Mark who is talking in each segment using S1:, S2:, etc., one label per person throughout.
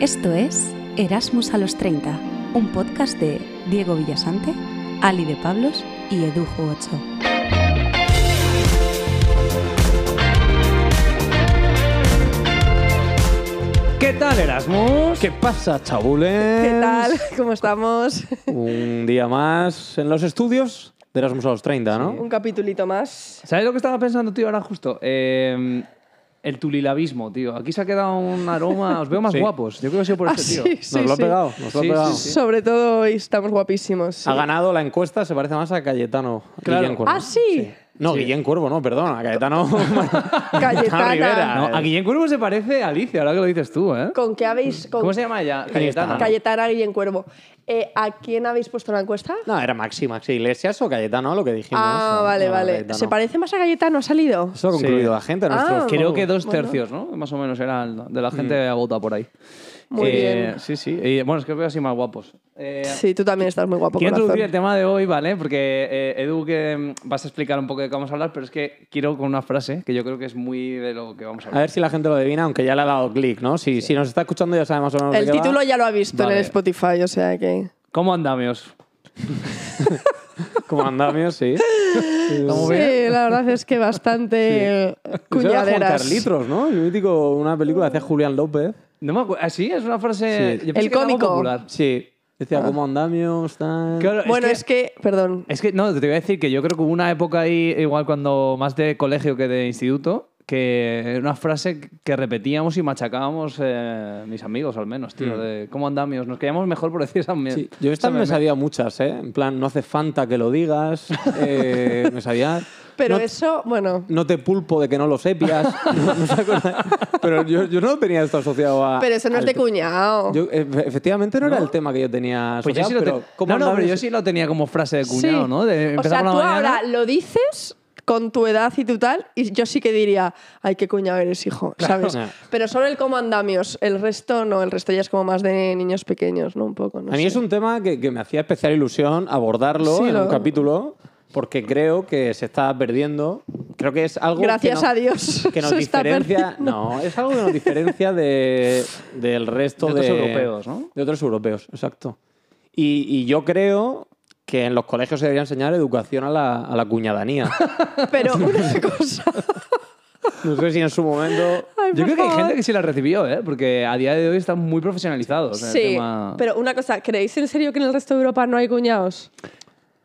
S1: Esto es Erasmus a los 30, un podcast de Diego Villasante, Ali de Pablos y Edujo 8.
S2: ¿Qué tal, Erasmus?
S3: ¿Qué pasa, chabules?
S4: ¿Qué tal? ¿Cómo estamos?
S3: Un día más en los estudios de Erasmus a los 30, ¿no?
S4: Un capitulito más.
S2: ¿Sabes lo que estaba pensando, tío, ahora justo? Eh, el tulilabismo, tío. Aquí se ha quedado un aroma. Os veo más
S3: Sí.
S2: guapos. Yo creo que ha sido por
S4: Ah,
S2: este
S4: sí,
S2: tío.
S4: sí,
S3: Nos lo ha
S4: sí.
S3: pegado, nos lo ha
S2: Sí,
S3: pegado.
S2: sí, sí.
S4: Sobre todo hoy estamos guapísimos. sí.
S3: Ha ganado la encuesta, se parece más a Cayetano.
S2: Claro.
S3: Guillén Cuervo.
S4: Ah, sí.
S3: No, Guillén Cuervo, no, perdona, a Cayetano.
S4: Cayetana.
S3: Rivera.
S2: No, a Guillén Cuervo se parece a Alicia, ahora que lo dices tú, ¿eh?
S4: ¿Con qué habéis.? Con
S2: ¿Cómo se llama ella? Cayetana.
S4: Cayetana Guillén Cuervo. Eh, ¿A quién habéis puesto la encuesta?
S3: No, era Maxi, Maxi Iglesias o Cayetano, lo que dijimos.
S4: ah,
S3: No,
S4: vale,
S3: no,
S4: vale.
S3: Cayetano.
S4: ¿Se Ah. parece más a Cayetano? ¿Ha salido?
S3: Eso ha concluido la gente. nuestros-
S2: Creo que dos tercios, ¿no? Más o menos era el-
S4: Mm.
S2: de la gente que ha votado por ahí.
S4: Muy
S2: Eh,
S4: bien.
S2: Sí, sí. Y, bueno, es que os veo así más guapos. Eh,
S4: Sí, tú también estás muy guapo.
S2: Quiero
S4: corazón.
S2: introducir el tema de hoy, ¿vale? Porque eh, Edu, que mm, vas a explicar un poco de qué vamos a hablar, pero es que quiero con una frase que yo creo que es muy de lo que vamos a
S3: A
S2: hablar.
S3: ver si la gente lo adivina, aunque ya le ha dado clic, ¿no? Si, si nos está escuchando ya sabe más o menos de
S4: El
S3: qué va.
S4: título ya lo ha visto en
S2: Vale.
S4: el Spotify, o sea que.
S2: ¿Cómo andamos?
S3: Como andamios, sí.
S2: ¿Cómo
S4: Sí,
S2: ves?
S4: la verdad es que bastante eh,
S3: Eso era Juan
S4: cuñaderas.
S3: Carlitos, ¿no? El mítico, una película que hacía Julián López.
S2: No me acuerdo. ¿Ah, sí? Es una frase...
S3: Sí.
S2: yo pensé
S4: El
S2: que era algo
S4: cómico.
S2: popular.
S3: Sí. Ah. Decía, como andamios, tal...
S2: Claro,
S4: Bueno,
S2: es que...
S4: es que, perdón,
S2: es que, no, te voy a decir que yo creo que hubo una época ahí, igual cuando más de colegio que de instituto, que era una frase que repetíamos y machacábamos eh, mis amigos, al menos, tío, de cómo andamios. Nos creíamos mejor por decir esa mier-
S3: Sí, Yo
S2: esa
S3: estas me
S2: meme.
S3: sabía muchas, ¿eh? En plan, no hace falta que lo digas. eh, me sabía...
S4: pero
S3: no,
S4: eso, bueno.
S3: no te pulpo de que no lo sepias. No- no se acuerda. Pero yo, yo no tenía esto asociado
S2: Ah,
S3: a...
S4: Pero eso no es
S3: al
S4: de
S3: te-
S4: cuñado.
S3: Yo, eh, efectivamente no, era el tema que yo tenía
S2: Pues yo
S3: asociado,
S2: sí lo
S3: pero...
S2: te-
S3: ¿cómo
S2: No, no, pero
S3: andamios?
S2: yo sí lo tenía como frase de cuñado,
S4: Sí.
S2: ¿no? De
S4: o
S2: empezar
S4: sea,
S2: por
S4: tú
S2: la mañana.
S4: ahora lo dices con tu edad y tu tal, y yo sí que diría, ay, qué cuñado eres, hijo, ¿sabes?
S3: Claro.
S4: Pero solo el cómo andamios, el resto no, el resto ya es como más de niños pequeños, ¿no? Un poco, no
S3: A mí
S4: sé.
S3: es un tema que, que me hacía especial ilusión abordarlo
S4: Sí,
S3: en
S4: lo-
S3: un capítulo, porque creo que se está perdiendo. Creo que es algo. que
S4: Gracias
S3: no-
S4: a Dios.
S3: Que nos
S4: se está
S3: diferencia.
S4: perdiendo.
S3: No, es algo que nos diferencia de, del resto
S2: De
S3: de.
S2: otros europeos, ¿no?
S3: De otros europeos, exacto. Y, y yo creo que en los colegios se debería enseñar educación a la, a la cuñadanía.
S4: Pero una cosa.
S3: No sé si en su momento.
S4: Ay, por
S2: Yo creo que hay
S4: favor.
S2: gente que sí la recibió, ¿eh? Porque a día de hoy están muy profesionalizados Pues en el
S4: Sí,
S2: tema.
S4: pero una cosa, ¿creéis en serio que en el resto de Europa no hay cuñados?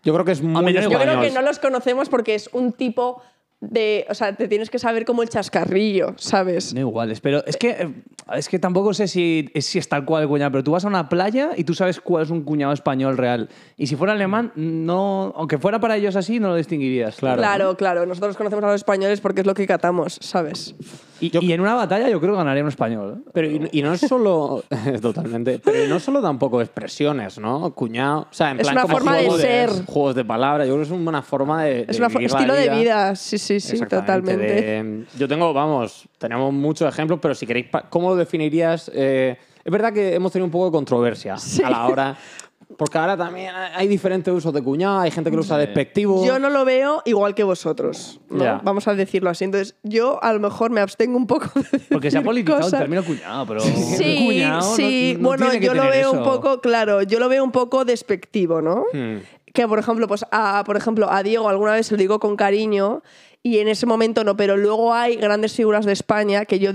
S3: Yo creo que es muy.
S2: yo
S4: Yo creo
S3: español.
S4: que no los conocemos porque es un tipo de. O sea, te tienes que saber como el chascarrillo, ¿sabes?
S2: No iguales, pero es que, eh, es que tampoco sé si, si es tal cual el cuñado, pero tú vas a una playa y tú sabes cuál es un cuñado español real. Y si fuera alemán, no, aunque fuera para ellos así, no lo distinguirías.
S3: Claro.
S4: Claro, claro. Nosotros conocemos a los españoles porque es lo que catamos, ¿sabes?
S2: Y, y en una batalla yo creo que ganaría un español. ¿eh?
S3: Pero y, y no es solo. totalmente. Pero y no es solo tampoco expresiones, ¿no? Cuñado. O sea, en
S4: Es
S3: plan
S4: una
S3: como
S4: forma de
S3: juegos
S4: ser.
S3: Juegos de palabra. Yo creo que es una forma de. de
S4: es un
S3: vivir la
S4: estilo de vida, sí, sí, sí,
S3: Exactamente,
S4: totalmente.
S3: de- yo tengo, vamos, tenemos muchos ejemplos, pero si queréis, pa- ¿cómo lo definirías? Eh, es verdad que hemos tenido un poco de controversia a la hora. Porque ahora también hay diferentes usos de cuñado, hay gente que lo usa despectivo.
S4: Yo no lo veo igual que vosotros, ¿no?
S3: Ya.
S4: vamos a decirlo así. Entonces, yo a lo mejor me abstengo un poco de
S2: Porque se ha
S4: decir
S2: politizado
S4: cosas.
S2: el término cuñado, pero.
S4: Sí,
S2: el cuñado no-
S4: sí.
S2: no
S4: bueno,
S2: tiene que
S4: yo lo
S2: tener
S4: veo un
S2: eso.
S4: poco, claro, yo lo veo un poco despectivo, ¿no?
S3: Hmm.
S4: Que, por ejemplo, pues a, por ejemplo, a Diego alguna vez se lo digo con cariño y en ese momento no, pero luego hay grandes figuras de España que yo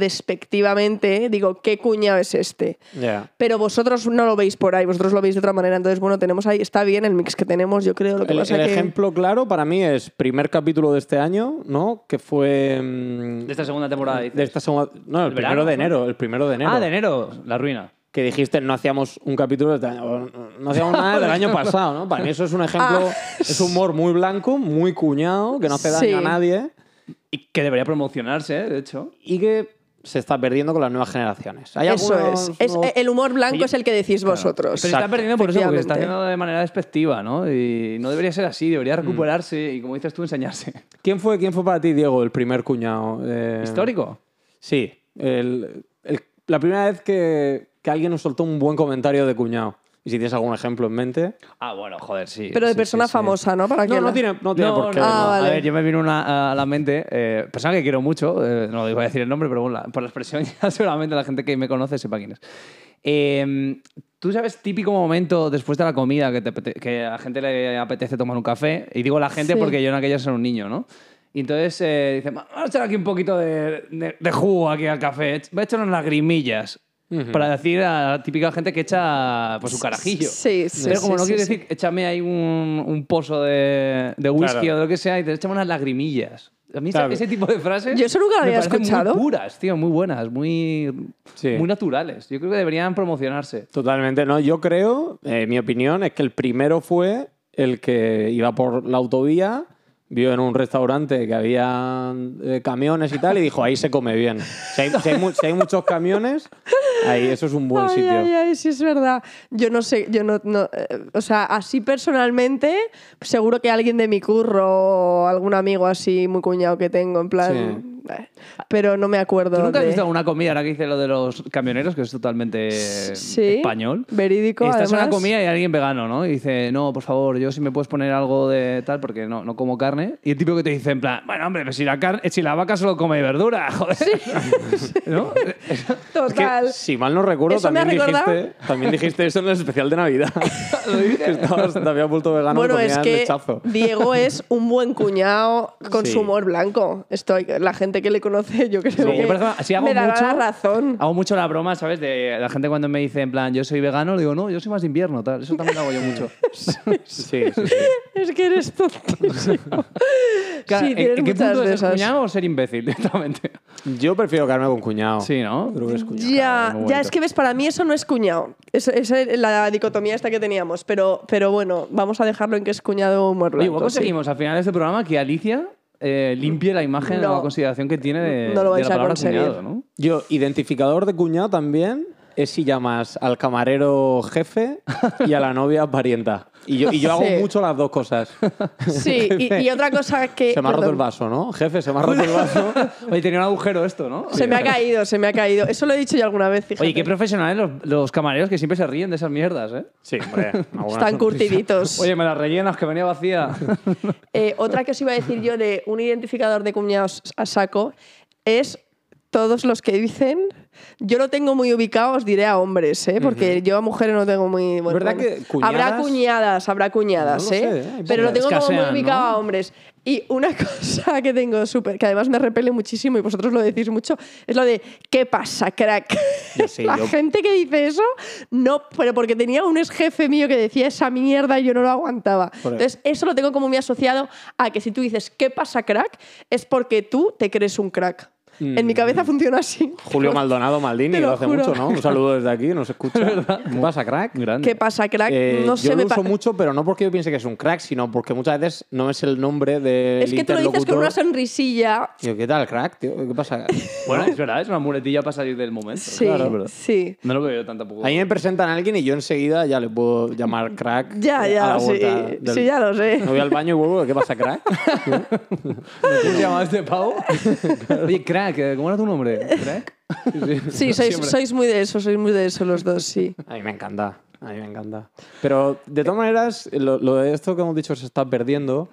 S4: despectivamente digo, ¿qué cuñado es este?
S3: Ya.
S4: Pero vosotros no lo veis por ahí, vosotros lo veis de otra manera. Entonces, bueno, tenemos ahí, está bien el mix que tenemos, yo creo. Lo que
S3: El,
S4: pasa
S3: el
S4: que-
S3: ejemplo claro para mí es primer capítulo de este año, ¿no? Que fue. mm,
S2: De esta segunda temporada. Ah, dices.
S3: de esta segunda- No, el,
S2: El
S3: primero
S2: verano,
S3: de
S2: ¿no?
S3: enero. El primero de enero.
S2: Ah, de enero, la ruina.
S3: que dijiste no hacíamos un capítulo del año- no hacíamos nada del año pasado, ¿no? Para mí eso es un ejemplo,
S4: Ah.
S3: es humor muy blanco, muy cuñado, que no hace daño
S4: Sí.
S3: a nadie
S2: Y que debería promocionarse, ¿eh? de hecho.
S3: y que se está perdiendo con las nuevas generaciones. Hay
S4: Eso
S3: algunos
S4: es. es.
S3: nuevos-
S4: El humor blanco
S2: Oye,
S4: es el que decís vosotros.
S2: Pero se está
S3: Exacto.
S2: perdiendo por eso, porque se está
S4: Efectivamente.
S2: haciendo de manera despectiva, ¿no? Y no debería ser así, debería recuperarse y, como dices tú, enseñarse.
S3: ¿Quién fue quién fue para ti Diego el primer cuñado Eh,
S2: Em, Histórico.
S3: Sí, el- el- la primera vez que, que alguien nos soltó un buen comentario de cuñado. Y si tienes algún ejemplo en mente.
S2: Ah, bueno, joder, sí.
S4: Pero de
S2: sí,
S4: persona
S2: sí, sí.
S4: famosa, ¿no? Para que
S3: No, no
S4: la-
S3: tiene, no tiene
S2: No,
S3: por qué.
S2: no,
S4: Ah,
S2: no.
S4: vale.
S2: A ver, yo me vino una a la mente, eh, persona que quiero mucho, eh, no lo voy a decir el nombre, pero bueno, la- por la expresión ya seguramente la gente que me conoce sepa quién es. Eh, ¿Tú sabes típico momento después de la comida que, te apete- que a la gente le apetece tomar un café? Y digo la gente
S4: Sí.
S2: porque yo en aquellas era un niño, ¿no? Y entonces eh, dice, "Va- vamos a echar aquí un poquito de, de- de jugo aquí al café, voy a echar unas lagrimillas. Para decir a la típica gente que echa pues, su carajillo.
S4: Sí, sí,
S2: Pero como
S4: sí,
S2: no
S4: sí,
S2: quiere
S4: sí.
S2: decir, échame ahí un, un pozo de, de whisky
S3: Claro.
S2: o de lo que sea y te echame unas lagrimillas. A mí ese-
S3: Claro.
S2: ese, tipo de frases.
S4: Yo eso nunca lo
S2: me
S4: había
S2: parecen
S4: escuchado.
S2: Muy puras, tío, muy buenas, muy,
S3: Sí.
S2: muy naturales. Yo creo que deberían promocionarse.
S3: Totalmente, no. Yo creo, eh, mi opinión es que el primero fue el que iba por la autovía, vio en un restaurante que había eh, camiones y tal, y dijo, ahí se come bien. Si hay, si hay mu- si hay muchos camiones, ahí eso es un buen
S4: ay,
S3: sitio.
S4: ay, ay, sí es verdad. Yo no sé, yo no, no, eh, o sea, así personalmente, seguro que alguien de mi curro o algún amigo así muy cuñado que tengo, en plan, eh, pero no me acuerdo.
S2: ¿Tú nunca has
S4: de-
S2: visto una comida ahora que dice lo de los camioneros, que es totalmente
S4: Sí,
S2: español?
S4: verídico,
S2: Estás en una
S4: además.
S2: comida y alguien vegano, ¿no? Y dice, no, por favor, yo si me puedes poner algo de tal, porque no, no como carne. Y el tipo que te dice, en plan, bueno, hombre, pero si la, carne, si la vaca solo come verdura, joder. ¿No?
S3: Es que,
S4: Total.
S3: si mal no recuerdo,
S4: Eso me ha
S3: también dijiste,
S4: recordado-
S3: también dijiste eso en el especial de Navidad. que estabas, te había vuelto vegano
S4: Bueno,
S3: y
S4: es
S3: comías
S4: que
S3: lechazo.
S4: Diego es un buen cuñado con
S3: Sí.
S4: su humor blanco. Esto, hay- la gente que le conoce, yo creo
S2: Sí,
S4: que
S2: yo, por ejemplo, así hago
S4: me dará
S2: mucho- Ah.
S4: la razón.
S2: Hago mucho la broma, ¿sabes? De la gente cuando me dice, en plan, yo soy vegano, le digo, no, yo soy más de invierno, tal. Eso también lo hago yo mucho.
S3: Sí, sí, sí.
S4: Es que eres tontísimo.
S2: Claro,
S4: sí,
S2: ¿en-
S4: tienes
S2: ¿En qué
S4: muchas
S2: punto
S4: de
S2: es ser
S4: esas.
S2: cuñado o ser imbécil directamente?
S3: Yo prefiero quedarme con cuñado.
S2: Sí, ¿no?
S3: Creo que es cuñado.
S4: Ya,
S2: muy
S4: ya
S2: bonito.
S4: es que ves, para mí eso no es cuñado. Esa es la dicotomía esta que teníamos. Pero, pero bueno, vamos a dejarlo en que es cuñado o humor
S2: Oye,
S4: blanco.
S2: igual
S4: sí.
S2: conseguimos al final de este programa que Alicia eh, limpie la imagen o
S4: No.
S2: la consideración que tiene de,
S4: No lo
S2: de
S4: vais
S2: la
S4: a
S2: palabra
S4: conseguir.
S2: cuñado, ¿no?
S3: Yo, identificador de cuñado también es si llamas al camarero jefe y a la novia parienta. Y yo, y yo hago
S4: Sí.
S3: mucho las dos cosas.
S4: Sí, y, y otra cosa que...
S3: Se me ha roto
S4: Eh, perdón.
S3: el vaso, ¿no? Jefe, se me ha roto el vaso.
S2: Oye, tenía un agujero esto, ¿no?
S4: Se me ha caído, se me ha caído. Eso lo he dicho yo alguna vez. fíjate.
S2: Oye, qué profesionales los, los camareros que siempre se ríen de esas mierdas, ¿eh?
S3: Sí, hombre. alguna
S4: Están
S3: sonrisa.
S4: curtiditos.
S2: Oye, me las rellenas, que venía vacía.
S4: Eh, otra que os iba a decir yo de un identificador de cuñados a saco es todos los que dicen. Yo lo tengo muy ubicado, os diré a hombres, ¿eh? porque yo a mujeres no tengo muy. bueno,
S3: verdad que cuñadas-
S4: Habrá cuñadas, habrá cuñadas,
S3: No lo
S4: ¿eh?
S3: sé, ¿eh? Hay
S4: Pero lo
S2: pocas.
S4: tengo como
S2: Escasean,
S4: muy ubicado
S2: ¿no?
S4: a hombres. Y una cosa que tengo súper, que además me repele muchísimo y vosotros lo decís mucho, es lo de ¿qué pasa, crack?
S3: Yo sí,
S4: La
S3: yo-
S4: gente que dice eso, no, pero porque tenía un ex jefe mío que decía esa mierda y yo no lo aguantaba.
S3: Por-
S4: Entonces, eso lo tengo como muy asociado a que si tú dices, ¿qué pasa, crack? Es porque tú te crees un crack. En mi cabeza funciona así.
S3: Mm. Julio Maldonado Maldini
S4: Te
S3: lo,
S4: lo
S3: hace
S4: juro.
S3: mucho, ¿no? Un saludo desde aquí, nos escucha. ¿Qué pasa, crack?
S2: Grande.
S4: ¿Qué pasa, crack?
S3: Eh, yo
S4: no sé,
S3: lo
S4: me pa-
S3: uso mucho, pero no porque yo piense que es un crack, sino porque muchas veces no es el nombre del
S4: Es que tú lo dices con
S3: interlocutor.
S4: una sonrisilla.
S3: Yo, ¿qué tal, crack, tío? ¿Qué pasa?
S2: Bueno, es verdad, es una muletilla para salir del momento.
S4: Sí,
S2: claro, es verdad.
S4: sí.
S2: No lo veo yo tan tampoco.
S3: A mí me presentan a alguien y yo enseguida ya le puedo llamar crack.
S4: Ya,
S3: eh, a la
S4: ya, sí.
S3: vuelta del-
S4: Sí, ya lo sé.
S3: Me voy al baño y vuelvo, ¿qué pasa, crack?
S2: ¿Cómo se llama este pavo? Oye, crack, eh, ¿cómo era tu nombre? ¿Crack?
S4: Sí, sois, sois muy de eso, sois muy de eso los dos, sí.
S3: A mí me encanta, a mí me encanta. Pero de todas maneras, lo, lo de esto que hemos dicho se está perdiendo.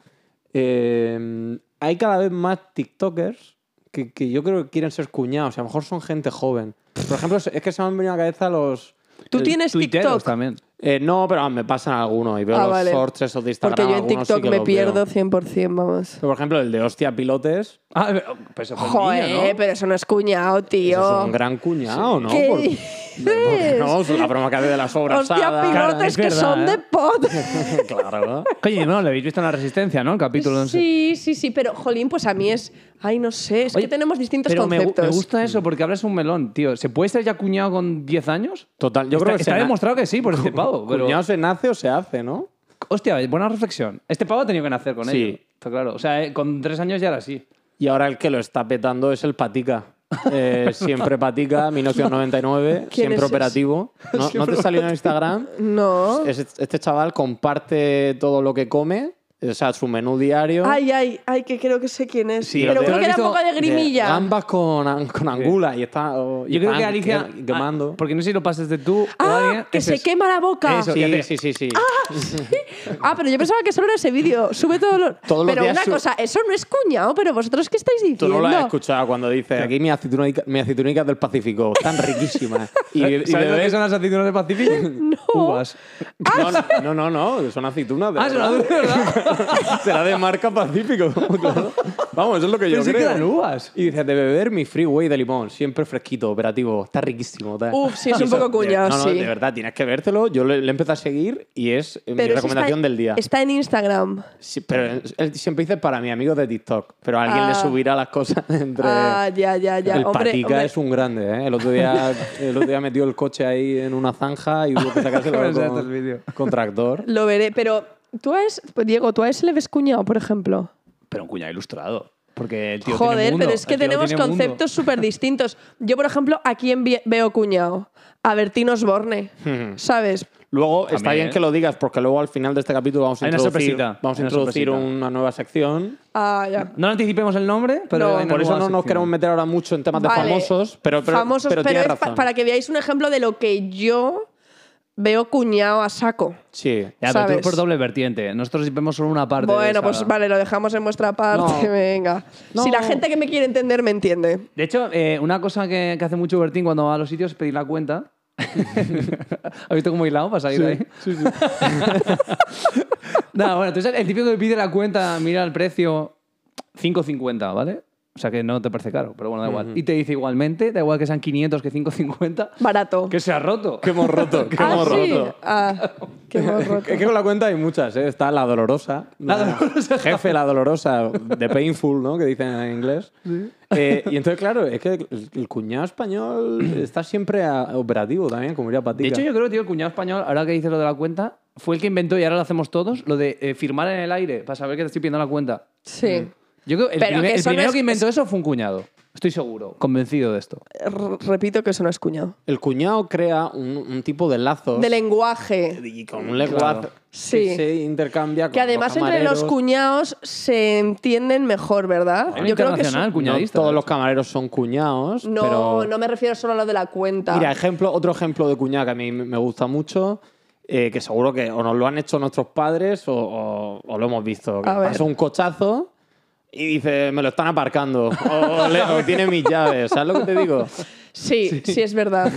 S3: Eh, hay cada vez más TikTokers que, que yo creo que quieren ser cuñados, y a lo mejor son gente joven. Por ejemplo, es que se me han venido a la cabeza los...
S4: Tú
S3: el-
S4: tienes
S2: Tuiteros
S4: TikTok.
S2: también.
S3: eh, no, pero ah, me pasan algunos y veo
S4: Ah,
S3: los
S4: vale.
S3: shorts esos de Instagram.
S4: Porque yo en
S3: algunos sí
S4: TikTok
S3: que
S4: me
S3: los veo.
S4: pierdo 100%, vamos.
S3: Por ejemplo, el de hostia pilotes.
S2: Ah, pero- pues eso fue
S4: Joder,
S2: mío, ¿no?
S4: pero eso no es cuñado, tío.
S3: Eso es un gran cuñado, ¿no?
S4: ¿Qué
S3: Por-
S4: dices?
S3: pues, No, es la broma que hace de la
S4: Hostia,
S3: sobrasada.
S2: piloto.
S4: pilotes
S2: es
S4: que
S2: verdad,
S4: son
S2: ¿eh?
S4: de pot.
S3: claro.
S2: Oye, no, lo habéis visto en La Resistencia, ¿no? El capítulo en-
S4: Sí, sí, sí, pero jolín, pues a mí es. Ay, no sé, es
S2: Oye,
S4: que tenemos distintos
S2: pero me gu-
S4: conceptos.
S2: Me, gusta eso porque hablas un melón, tío. ¿Se puede ser ya cuñado con 10 años?
S3: Total, yo
S2: Está-
S3: creo que
S2: está
S3: se na-
S2: demostrado que sí por este pavo. Pero,
S3: Cuñado se nace o se hace, ¿no?
S2: Hostia, buena reflexión. Este pavo ha tenido que nacer con
S3: Sí.
S2: ello. Está claro. O sea, eh, con 3 años ya era así.
S3: Y ahora el que lo está petando es el Patica. Eh, siempre Patica, 1999,
S4: ¿Quién
S3: siempre
S4: es ese?
S3: operativo. ¿No, ¿no te salió en Instagram?
S4: No.
S3: Es- Este chaval comparte todo lo que come O sea, su menú diario.
S4: Ay, ay, ay, que creo que sé quién es.
S2: Sí,
S4: pero
S2: lo
S4: creo
S2: has
S4: que era un
S2: visto
S4: poco de grimilla.
S3: Gambas con, an- con angula y está. o- y
S2: Yo creo
S3: pan
S2: que Alicia.
S3: que- Quemando.
S2: ah, porque no sé si lo pasaste tú o alguien.
S4: ¡Ah! ¡Que
S2: ese
S4: se
S2: es.
S4: quema la boca!
S2: Eso.
S3: sí, sí, sí, sí.
S4: Ah, pero yo pensaba que solo era ese vídeo. Sube todo lo...
S3: Todos los
S4: pero
S3: días
S4: una
S3: su-
S4: cosa, eso no es cuñado, pero vosotros qué estáis
S3: Tú
S4: diciendo.
S3: no lo has escuchado cuando dice aquí mis aceitunicas, mis aceitunicas del Pacífico están riquísimas. Y, y
S2: ¿Sabes lo
S3: bebés-
S2: que son las aceitunas del Pacífico? Uvas.
S3: No, no, no, no, no, son aceitunas. De
S2: Ah, son
S3: verdad.
S2: las de verdad.
S3: Será de marca Pacífico. claro. Vamos, eso es lo que yo
S2: Pensé que
S3: creo.
S2: eran uvas.
S3: Y dice, de beber mi freeway de limón, siempre fresquito, operativo, está riquísimo. tal.
S4: Uf, sí, es
S3: Y
S4: un poco
S3: eso- de-
S4: cuñado,
S3: no, no,
S4: sí.
S3: de verdad, tienes que vértelo. Yo le, le empecé a seguir y es eh, mi
S4: Pero eso
S3: recomendación
S4: está-
S3: del día.
S4: Está en Instagram.
S3: Sí, pero él siempre dice para mis amigos de TikTok, pero alguien
S4: Ah.
S3: le subirá las cosas entre...
S4: Ah, ya, ya, ya.
S3: el
S4: hombre,
S3: patica
S4: hombre.
S3: es un grande, ¿eh? El otro, día, el otro día metió el coche ahí en una zanja y hubo que sacárselo
S2: Me enseñaste Pues el vídeo.
S3: con, con tractor.
S4: Lo veré, pero tú a es, Diego, ¿tú a ese le ves cuñado, por ejemplo?
S2: Pero un cuñado ilustrado. Porque el tío tiene
S4: Joder,
S2: mundo,
S4: pero es que
S2: el tío
S4: tenemos
S2: tiene mundo.
S4: conceptos súper distintos. Yo, por ejemplo, ¿a quién vi- veo cuñado? A Bertín Osborne,
S2: Hmm.
S4: ¿sabes?
S3: Luego está
S2: También,
S3: bien
S2: ¿eh?
S3: que lo digas, porque luego al final de este capítulo vamos a
S2: Hay una
S3: introducir,
S2: sorpresita,
S3: vamos a
S2: hay una
S3: introducir
S2: sorpresita.
S3: una nueva sección.
S4: Ah, ya.
S2: No anticipemos el nombre, pero.
S4: No,
S2: hay una
S3: Por eso
S2: nueva
S3: no nos
S2: sección.
S3: queremos meter ahora mucho en temas de
S4: Vale.
S3: famosos, pero, pero,
S4: famosos,
S3: pero, tienes
S4: es pa-
S3: razón.
S4: para que veáis un ejemplo de lo que yo veo cuñado a saco.
S3: Sí.
S2: Ya, pero tú
S4: ¿sabes?
S2: por doble vertiente. Nosotros vemos solo una parte. de
S4: Bueno,
S2: esa-
S4: pues vale, lo dejamos en vuestra parte,
S3: No.
S4: venga.
S3: No.
S4: Si la gente que me quiere entender me entiende.
S2: De hecho, eh, una cosa que, que hace mucho Bertín cuando va a los sitios es pedir la cuenta. ¿Has visto cómo he hilado para salir de ahí? Sí, sí. Nada, bueno, entonces el típico que pide la cuenta, mira el precio, 5.50, ¿vale? O sea que no te parece caro, pero bueno, da igual. Y te dice igualmente, da igual que sean 500 que 5.50,
S4: Barato.
S2: que se ha roto.
S3: Que hemos roto, que
S4: ah,
S3: hemos
S4: sí.
S3: roto.
S4: Ah, que hemos roto.
S3: Es que con la cuenta hay muchas, ¿eh? Está la dolorosa.
S2: La dolorosa.
S3: Jefe, la dolorosa. The painful, ¿no? Que dicen en inglés. Eh, y entonces, claro, es que el, el cuñado español está siempre a- operativo también, como diría Patica.
S2: De hecho, yo creo, tío, el cuñado español, ahora que dices lo de la cuenta, fue el que inventó, y ahora lo hacemos todos, lo de eh, firmar en el aire para saber que te estoy pidiendo la cuenta.
S3: Mm.
S4: Sí.
S2: Yo creo el,
S4: Pero
S2: primer-
S4: que
S2: el
S4: eso no
S2: primero
S4: es-
S2: que inventó eso fue un cuñado. Estoy seguro, convencido de esto.
S4: R- Repito que eso no es cuñado.
S3: El cuñado crea un, un tipo de lazos.
S4: De lenguaje.
S3: y con un lenguaje
S2: Claro.
S4: Sí.
S3: que se intercambia con
S4: Que además
S3: los
S4: entre los
S3: camareros.
S4: cuñados se entienden mejor, ¿verdad?
S2: Era internacional,
S4: eso-
S2: cuñadista.
S3: No todos los camareros son cuñados.
S4: No,
S3: pero...
S4: no me refiero solo a lo de la cuenta.
S3: Mira, ejemplo, otro ejemplo de cuñada que a mí me gusta mucho, eh, que seguro que o nos lo han hecho nuestros padres o, o- o lo hemos visto. Que
S4: A ver.
S3: pasa un cochazo y dice, me lo están aparcando. O, o le- o tiene mis llaves. ¿Sabes lo que te digo?
S4: sí, sí, es verdad.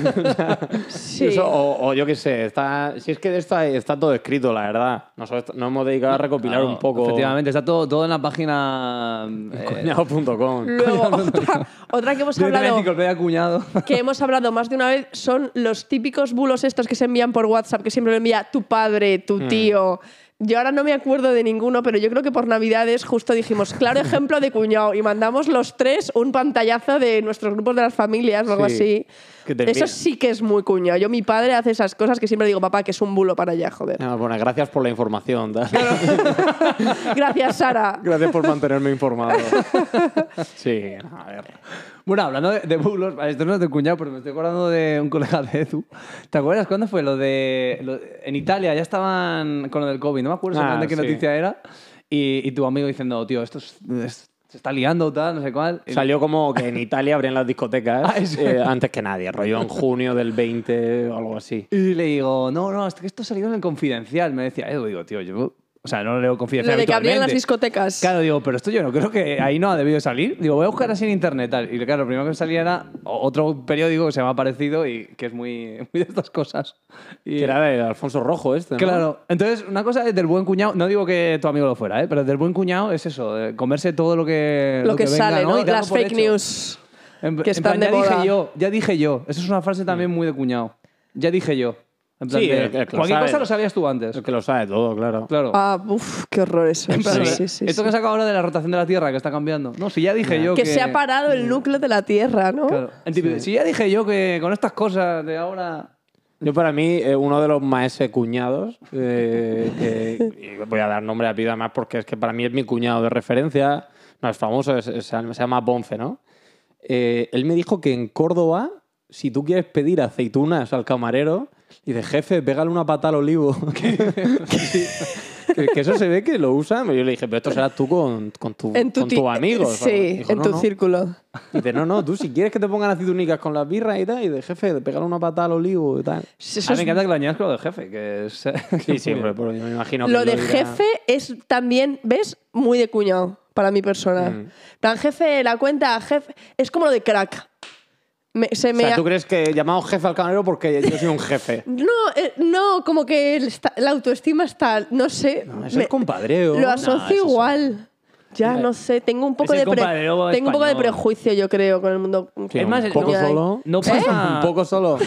S4: sí.
S3: Eso, oh, o, o yo qué sé, está, si es que de esto hay- está todo escrito, la verdad. Nosotros nos hemos dedicado a recopilar
S2: Claro,
S3: un poco.
S2: Efectivamente, está todo, todo en la página. eh,
S3: Cuñado.com.
S4: Luego, otra, otra que hemos
S2: de la
S4: hablado.
S2: enciclopedia cuñado.
S4: que hemos hablado más de una vez son los típicos bulos estos que se envían por WhatsApp, que siempre lo envía tu padre, tu tío. Yo ahora no me acuerdo de ninguno, pero yo creo que por Navidades justo dijimos, claro ejemplo de cuñado, y mandamos los tres un pantallazo de nuestros grupos de las familias o algo
S3: Sí, que
S4: así.
S3: te
S4: Eso
S3: envían.
S4: sí que es muy cuñado. Yo, mi padre hace esas cosas que siempre digo, papá, que es un bulo para allá, joder.
S3: Ah, bueno, gracias por la información. tal.
S4: Gracias, Sara.
S3: Gracias por mantenerme informado. Sí, a ver.
S2: Bueno, hablando de, de bulos, vale, esto no es de cuñado, pero me estoy acordando de un colega de Edu. ¿Te acuerdas cuándo fue lo de. lo- en Italia ya estaban con lo del COVID, no me acuerdo
S3: Ah,
S2: exactamente qué
S3: sí.
S2: noticia era. Y, y tu amigo diciendo, tío, esto es- es- se está liando, tal, no sé cuál. Y-
S3: Salió como que en Italia abrían las discotecas
S2: Ah, eso.
S3: eh, antes que nadie, rollo en junio del 20 o algo así.
S2: Y le digo, no, no, es que esto ha salido en el confidencial. Me decía, Edu, digo, tío, yo. O sea, no leo
S4: Lo
S2: confidencial.
S4: de que abrían las
S2: habitualmente".
S4: discotecas.
S2: Claro, digo, pero esto yo no creo que ahí no ha debido salir. Digo, voy a buscar así en internet tal. Y claro, lo primero que me salía era otro periódico que se llama parecido y que es muy, muy de estas cosas. Y,
S3: Que era de Alfonso Rojo este, ¿no?
S2: Claro. Entonces, una cosa es del buen cuñado, no digo que tu amigo lo fuera, ¿eh? pero del buen cuñado es eso, de comerse todo lo que.
S4: lo que,
S2: venga,
S4: sale, ¿no?
S2: Y darlo
S4: Las
S2: por
S4: fake
S2: hecho.
S4: news.
S2: En-
S4: que
S2: en
S4: están
S2: plan,
S4: de
S2: ya
S4: moda.
S2: dije yo, ya dije yo. Eso es una frase también muy de cuñado. Ya dije yo. En plan
S3: Sí,
S2: de,
S3: el que lo
S2: cualquier
S3: sabe.
S2: cosa lo sabías tú antes.
S3: Es que lo sabe todo, claro.
S2: Claro.
S4: Ah, uff, qué horror eso.
S2: En
S4: Sí,
S2: plan,
S4: sí, sí,
S2: esto
S4: sí.
S2: que saca ahora de la rotación de la Tierra que está cambiando. No, si ya dije yo
S4: que,
S2: que,
S4: se ha parado
S3: mm.
S4: el núcleo de la Tierra, ¿no?
S2: Claro. En tipo, Si ya dije yo que con estas cosas de ahora.
S3: Yo para mí, eh, uno de los maese cuñados, eh, que- y voy a dar nombre a apellido además porque es que para mí es mi cuñado de referencia, no es famoso, es- es- se llama Ponce, ¿no? Eh, él me dijo que en Córdoba, si tú quieres pedir aceitunas al camarero, dice, jefe, pégale una pata al olivo. que, que eso se ve que lo usan. Pero yo le dije, pero esto será tú con, con tu,
S4: En tu
S3: con
S4: ti-
S3: tus amigos.
S4: Sí,
S3: Dijo,
S4: en
S3: "No,
S4: tu
S3: no".
S4: círculo.
S3: Dice, no, no, tú si quieres que te pongan aceitunicas con las birras y tal, y de jefe, de pegar una patada al olivo y tal.
S4: Eso
S2: A mí
S4: es-
S2: me encanta que lo añadas con lo de jefe, que es...
S3: Sí, sí, hombre, pero yo me imagino que
S4: lo de
S3: dirá-
S4: jefe es también, ¿ves? Muy de cuñado para mi persona.
S3: Mm.
S4: Plan, jefe, la cuenta, jefe. Es como lo de crack. Me- se
S3: O
S4: me
S3: sea,
S4: ha-
S3: ¿tú crees que he llamado jefe al camarero porque yo soy un jefe?
S4: No, eh, no, como que el esta- la autoestima está, no sé.
S3: No, es el
S4: me-
S3: compadreo.
S4: Lo
S3: No,
S4: asocio
S3: eso es-
S4: igual. Ya,
S3: Mira,
S4: no sé, tengo un poco,
S2: es
S4: de,
S2: el
S4: pre-
S2: compadreo
S4: tengo un poco de
S2: español.
S4: prejuicio, yo creo, con el mundo.
S3: Sí,
S2: Es más,
S3: un
S2: el-
S3: poco
S4: no-
S3: solo.
S4: ¿Eh?
S2: No pasa...
S3: Un poco solo.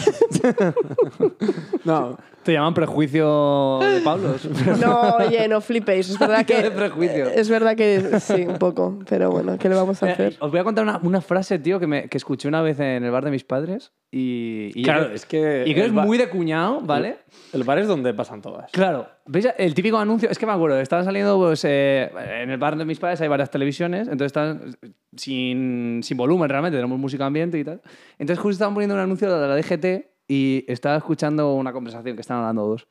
S3: no,
S2: Te llaman prejuicio de Pablos.
S4: No, oye, no flipéis. Es verdad que.
S2: De prejuicio.
S4: Es verdad que sí, un poco. Pero bueno, ¿qué le vamos a
S2: Eh,
S4: hacer?
S2: Os voy a contar una, una frase, tío, que, me, que escuché una vez en el bar de mis padres. Y, y
S3: Claro,
S2: yo creo-
S3: es que
S2: Y creo
S3: el
S2: es
S3: bar-
S2: muy de cuñado, ¿vale?
S3: el bar es donde pasan todas.
S2: Claro, ¿veis el típico anuncio? Es que me acuerdo, estaban saliendo pues, eh, en el bar de mis padres, hay varias televisiones, entonces estaban sin, sin volumen realmente, tenemos música ambiente y tal. Entonces justo estaban poniendo un anuncio de la DGT y estaba escuchando una conversación que estaban hablando dos.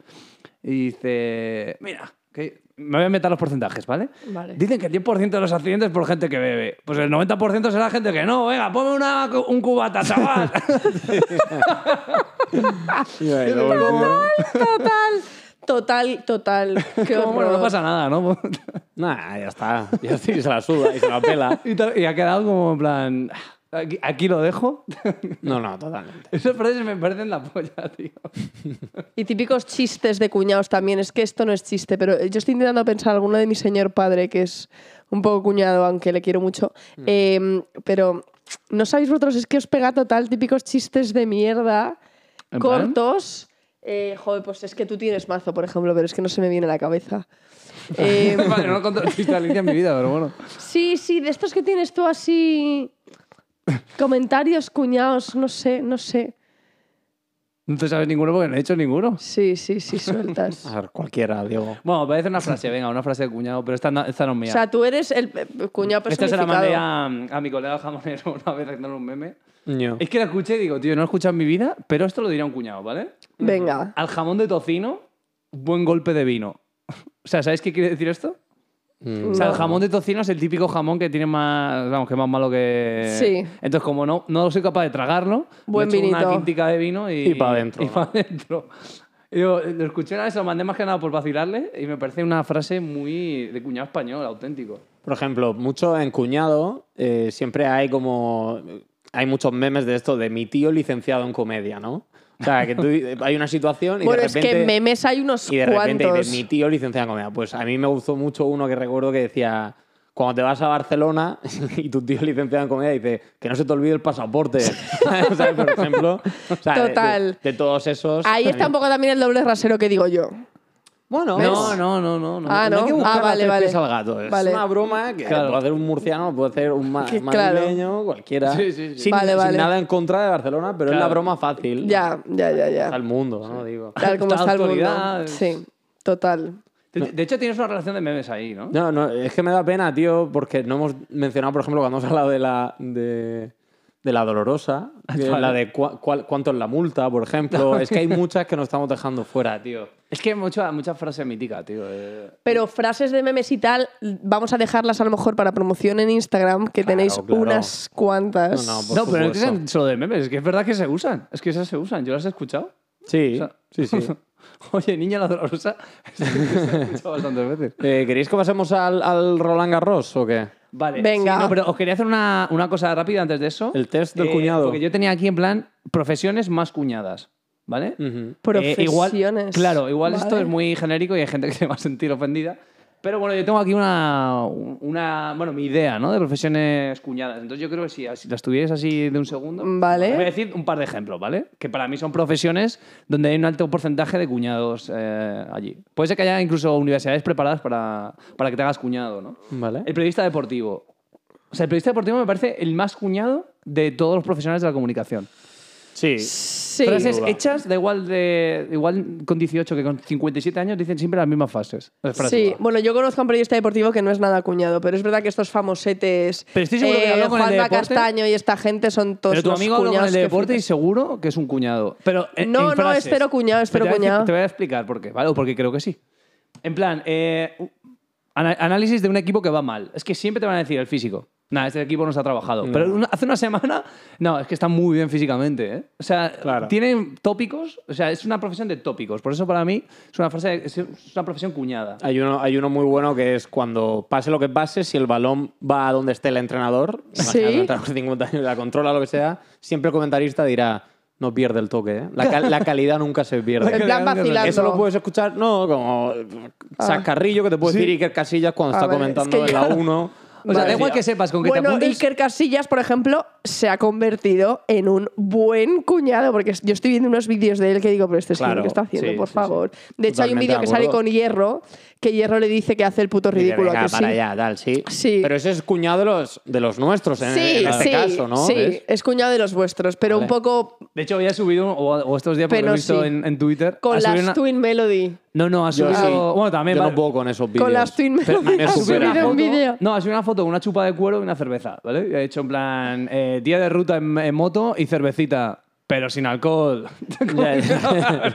S2: Y dice, mira, que me voy a meter los porcentajes, ¿vale?
S4: Vale.
S2: Dicen que el 10% de los accidentes por gente que bebe. Pues el 90% será gente que no, venga, ponme una, un cubata, chaval.
S3: Y ahí luego el tío-
S4: Total, total, total. Qué
S2: Como, bueno, no
S4: horror.
S2: pasa nada, ¿no?
S3: Nah, ya está. Ya está, y se la suda y se la pela.
S2: Y, tal, y ha quedado como en plan. "Ah, Aquí, aquí lo dejo.
S3: No, no, totalmente.
S2: Esas frases me parecen la polla, tío.
S4: Y típicos chistes de cuñados también. Es que esto no es chiste, pero yo estoy intentando pensar alguno de mi señor padre, que es un poco cuñado, aunque le quiero mucho.
S2: Mm.
S4: Eh, pero no sabéis vosotros, es que os pega total típicos chistes de mierda,
S2: ¿En plan?
S4: cortos. Eh, joder, pues es que tú tienes mazo, por ejemplo, pero es que no se me viene a la cabeza. Eh,
S2: Vale, no he contado el chiste de Alicia en mi vida, pero bueno.
S4: sí, sí, de estos que tienes tú así. Comentarios cuñados, no sé, no sé.
S2: No te sabes ninguno porque no he hecho ninguno.
S4: Sí, sí, sí, sueltas.
S3: A ver, cualquiera, Diego.
S2: Bueno, parece una frase, venga, una frase de cuñado, pero esta, no- esta no es mía.
S4: O sea, tú eres el eh, cuñado
S2: esta se
S4: personificado.
S2: la mandé a, a mi colega jamonero una vez haciendo un meme.
S3: Ño.
S2: Es que la escuché y digo, tío, no lo he escuchado en mi vida, pero esto lo diría un cuñado, ¿vale?
S4: Venga.
S2: Al jamón de tocino, buen golpe de vino. O sea, ¿sabéis qué quiere decir esto?
S3: Mm.
S2: O sea, el
S4: No.
S2: jamón de tocino es el típico jamón que tiene más, vamos, que es más malo que...
S4: Sí.
S2: Entonces, como no, no soy capaz de tragarlo,
S4: Buen
S2: me echo una
S4: vinito.
S2: quintica de vino y...
S3: Y pa' dentro,
S2: Y
S3: ¿no?
S2: pa' dentro. Y Yo eh, lo escuché una vez, se lo mandé más que nada por vacilarle y me parece una frase muy de cuñado español, auténtico.
S3: Por ejemplo, mucho en cuñado eh, siempre hay como. Hay muchos memes de esto de mi tío licenciado en comedia, ¿no? O sea, que tú, hay una situación y
S4: Bueno,
S3: de
S4: es
S3: repente.
S4: que memes hay unos
S3: Y de repente
S4: cuantos.
S3: dices, mi tío licenciado en comedia. Pues a mí me gustó mucho uno que recuerdo que decía, cuando te vas a Barcelona y tu tío licenciado en comedia dice, que no se te olvide el pasaporte. o sea, por ejemplo. o sea, de- de-
S4: Total.
S3: De, todos esos.
S4: Ahí
S3: a
S4: está
S3: mí-
S4: un poco también el doble rasero que digo yo.
S3: Bueno,
S2: No, no, no, no. no.
S4: Ah,
S3: no hay que
S4: ¿no?
S3: buscar
S4: Ah, vale, vale.
S3: al gato. Es
S4: Vale.
S3: una broma que
S2: Claro.
S3: puede hacer un murciano, puede hacer un ma-
S4: Que- claro.
S3: madrileño, cualquiera.
S2: Sí, sí, sí.
S3: Sin,
S4: Vale,
S3: sin
S4: vale.
S3: nada en contra de Barcelona, pero es
S2: Claro.
S3: la broma fácil.
S4: Ya, ya, ya,
S3: Al
S4: ya.
S3: mundo, ¿no? Digo.
S4: Tal como
S2: Esta
S4: está el
S2: autoridad
S4: mundo.
S2: es-
S4: Sí, total.
S2: De, de hecho, tienes una relación de memes ahí, ¿no?
S3: No, no, es que me da pena, tío, porque no hemos mencionado, por ejemplo, cuando hemos hablado de la, de, de la dolorosa, que
S2: Vale.
S3: la de cua- cuál- cuánto es la multa, por ejemplo. es que hay muchas que nos estamos dejando fuera, tío.
S2: Es que mucha, mucha frase mítica, tío. eh.
S4: Pero frases de memes y tal, vamos a dejarlas a lo mejor para promoción en Instagram, que tenéis
S3: claro.
S4: unas cuantas.
S3: No, pues no, Por
S2: No, pero no
S3: supuesto.
S2: tienen solo de memes, es que es verdad que se usan. Es que esas se usan, yo las he escuchado.
S3: Sí,
S2: sea-
S3: sí, sí.
S2: Oye, niña la dolorosa. Se ha escuchado bastantes veces.
S3: Eh, ¿Queréis que pasemos al, al Roland Garros o qué?
S2: Vale.
S4: Venga.
S2: sí, no, pero os quería hacer una, una cosa rápida antes de eso. Eh,
S3: El test del cuñado.
S2: Porque yo tenía aquí en plan profesiones más cuñadas. ¿Vale?
S3: Ujú.
S2: Eh, igual-
S4: Profesiones.
S2: claro, igual esto
S4: Vale.
S2: es muy genérico y hay gente que se va a sentir ofendida. Pero bueno, yo tengo aquí una, una bueno, mi idea, ¿no? De profesiones cuñadas. Entonces yo creo que si, si las tuvierais así de un segundo,
S4: Mm, Vale.
S2: os voy a decir un par de ejemplos, ¿vale? Que para mí son profesiones donde hay un alto porcentaje de cuñados eh, allí. Puede ser que haya incluso universidades preparadas para, para que te hagas cuñado, ¿no?
S3: Vale.
S2: El periodista deportivo. O sea, el periodista deportivo me parece el más cuñado de todos los profesionales de la comunicación.
S3: Sí.
S4: Sí.
S2: Frases
S3: duda.
S2: hechas, da igual de igual con 18 que con 57 años, dicen siempre las mismas frases. las frases.
S4: Sí, bueno, yo conozco a un periodista deportivo que no es nada cuñado, pero es verdad que estos famosetes, eh,
S2: Pero estoy seguro que habló con el
S4: Juanma
S2: de deporte.
S4: Castaño y esta gente son todos
S2: Pero tu
S4: unos
S2: amigo habla con
S4: cuñados
S2: el
S4: que
S2: de deporte y
S4: flipas.
S2: seguro que es un cuñado. Pero en-
S4: No,
S2: en
S4: no, es
S2: frases.
S4: cero cuñado, es
S2: Pero
S4: cero
S2: te voy a
S4: cuñado.
S2: decir- Te voy a explicar por qué, ¿vale? O porque creo que sí. En plan, eh, u- ana- análisis de un equipo que va mal. Es que siempre te van a decir el físico. Nada, este equipo no está trabajado. Pero una- hace una semana, no, es que está muy bien físicamente. ¿eh? O sea,
S3: Claro.
S2: tienen tópicos. O sea, es una profesión de tópicos. Por eso para mí es una, frase, es una profesión cuñada.
S3: Hay uno, hay uno muy bueno que es cuando pase lo que pase, si el balón va a donde esté el entrenador,
S4: Sí.
S3: imagínate, el entrenador de 50 años, la controla, lo que sea, siempre el comentarista dirá, no pierde el toque, ¿eh? la, cal- la calidad nunca se
S4: En
S3: pierde.
S4: plan vacilando.
S3: Eso lo puedes escuchar, no, como Sacarrillo, que te puede decir Iker Casillas cuando
S4: Ah,
S3: está
S4: vale,
S3: comentando
S4: es que
S3: en la
S4: yo-
S3: 1.
S2: O sea, da igual que sepas con que te
S4: bueno,
S2: apuntes.
S4: Iker Casillas, por ejemplo, se ha convertido en un buen cuñado, porque es- yo estoy viendo unos vídeos de él que digo, pero este es
S3: Claro,
S4: que está haciendo,
S3: sí,
S4: por
S3: sí, sí.
S4: favor. De hecho, hay un
S3: Totalmente
S4: vídeo
S3: de
S4: que sale
S3: acuerdo.
S4: con Hierro, que Hierro le dice que hace el puto ridículo.
S3: Venga,
S4: ¿a que
S3: para
S4: sí?
S3: allá, tal, sí.
S4: Sí.
S3: Pero ese es cuñado de los, de los nuestros en,
S4: Sí,
S3: en este
S4: sí,
S3: caso, ¿no?
S4: sí,
S3: ¿Ves?
S4: es cuñado de los vuestros, pero un
S2: Vale.
S4: poco
S2: De hecho, hoy ha subido, o, o estos días, porque
S4: Pero
S2: lo he visto
S4: sí.
S2: en, en Twitter. ha
S4: con
S2: subido
S4: las
S2: una-
S4: Twin Melody.
S2: No, no, ha
S3: Yo,
S2: subido.
S3: sí.
S2: Bueno, también.
S3: Yo
S2: va-
S3: no puedo con esos vídeos.
S4: Con las Twin
S3: Pero
S4: Melody
S3: me
S4: ha
S3: supera.
S4: subido un vídeo.
S2: No, ha sido una foto, una chupa de cuero y una cerveza, ¿vale? Y ha hecho en plan, eh, día de ruta en, en moto y cervecita, pero sin alcohol.
S3: Ya, ya.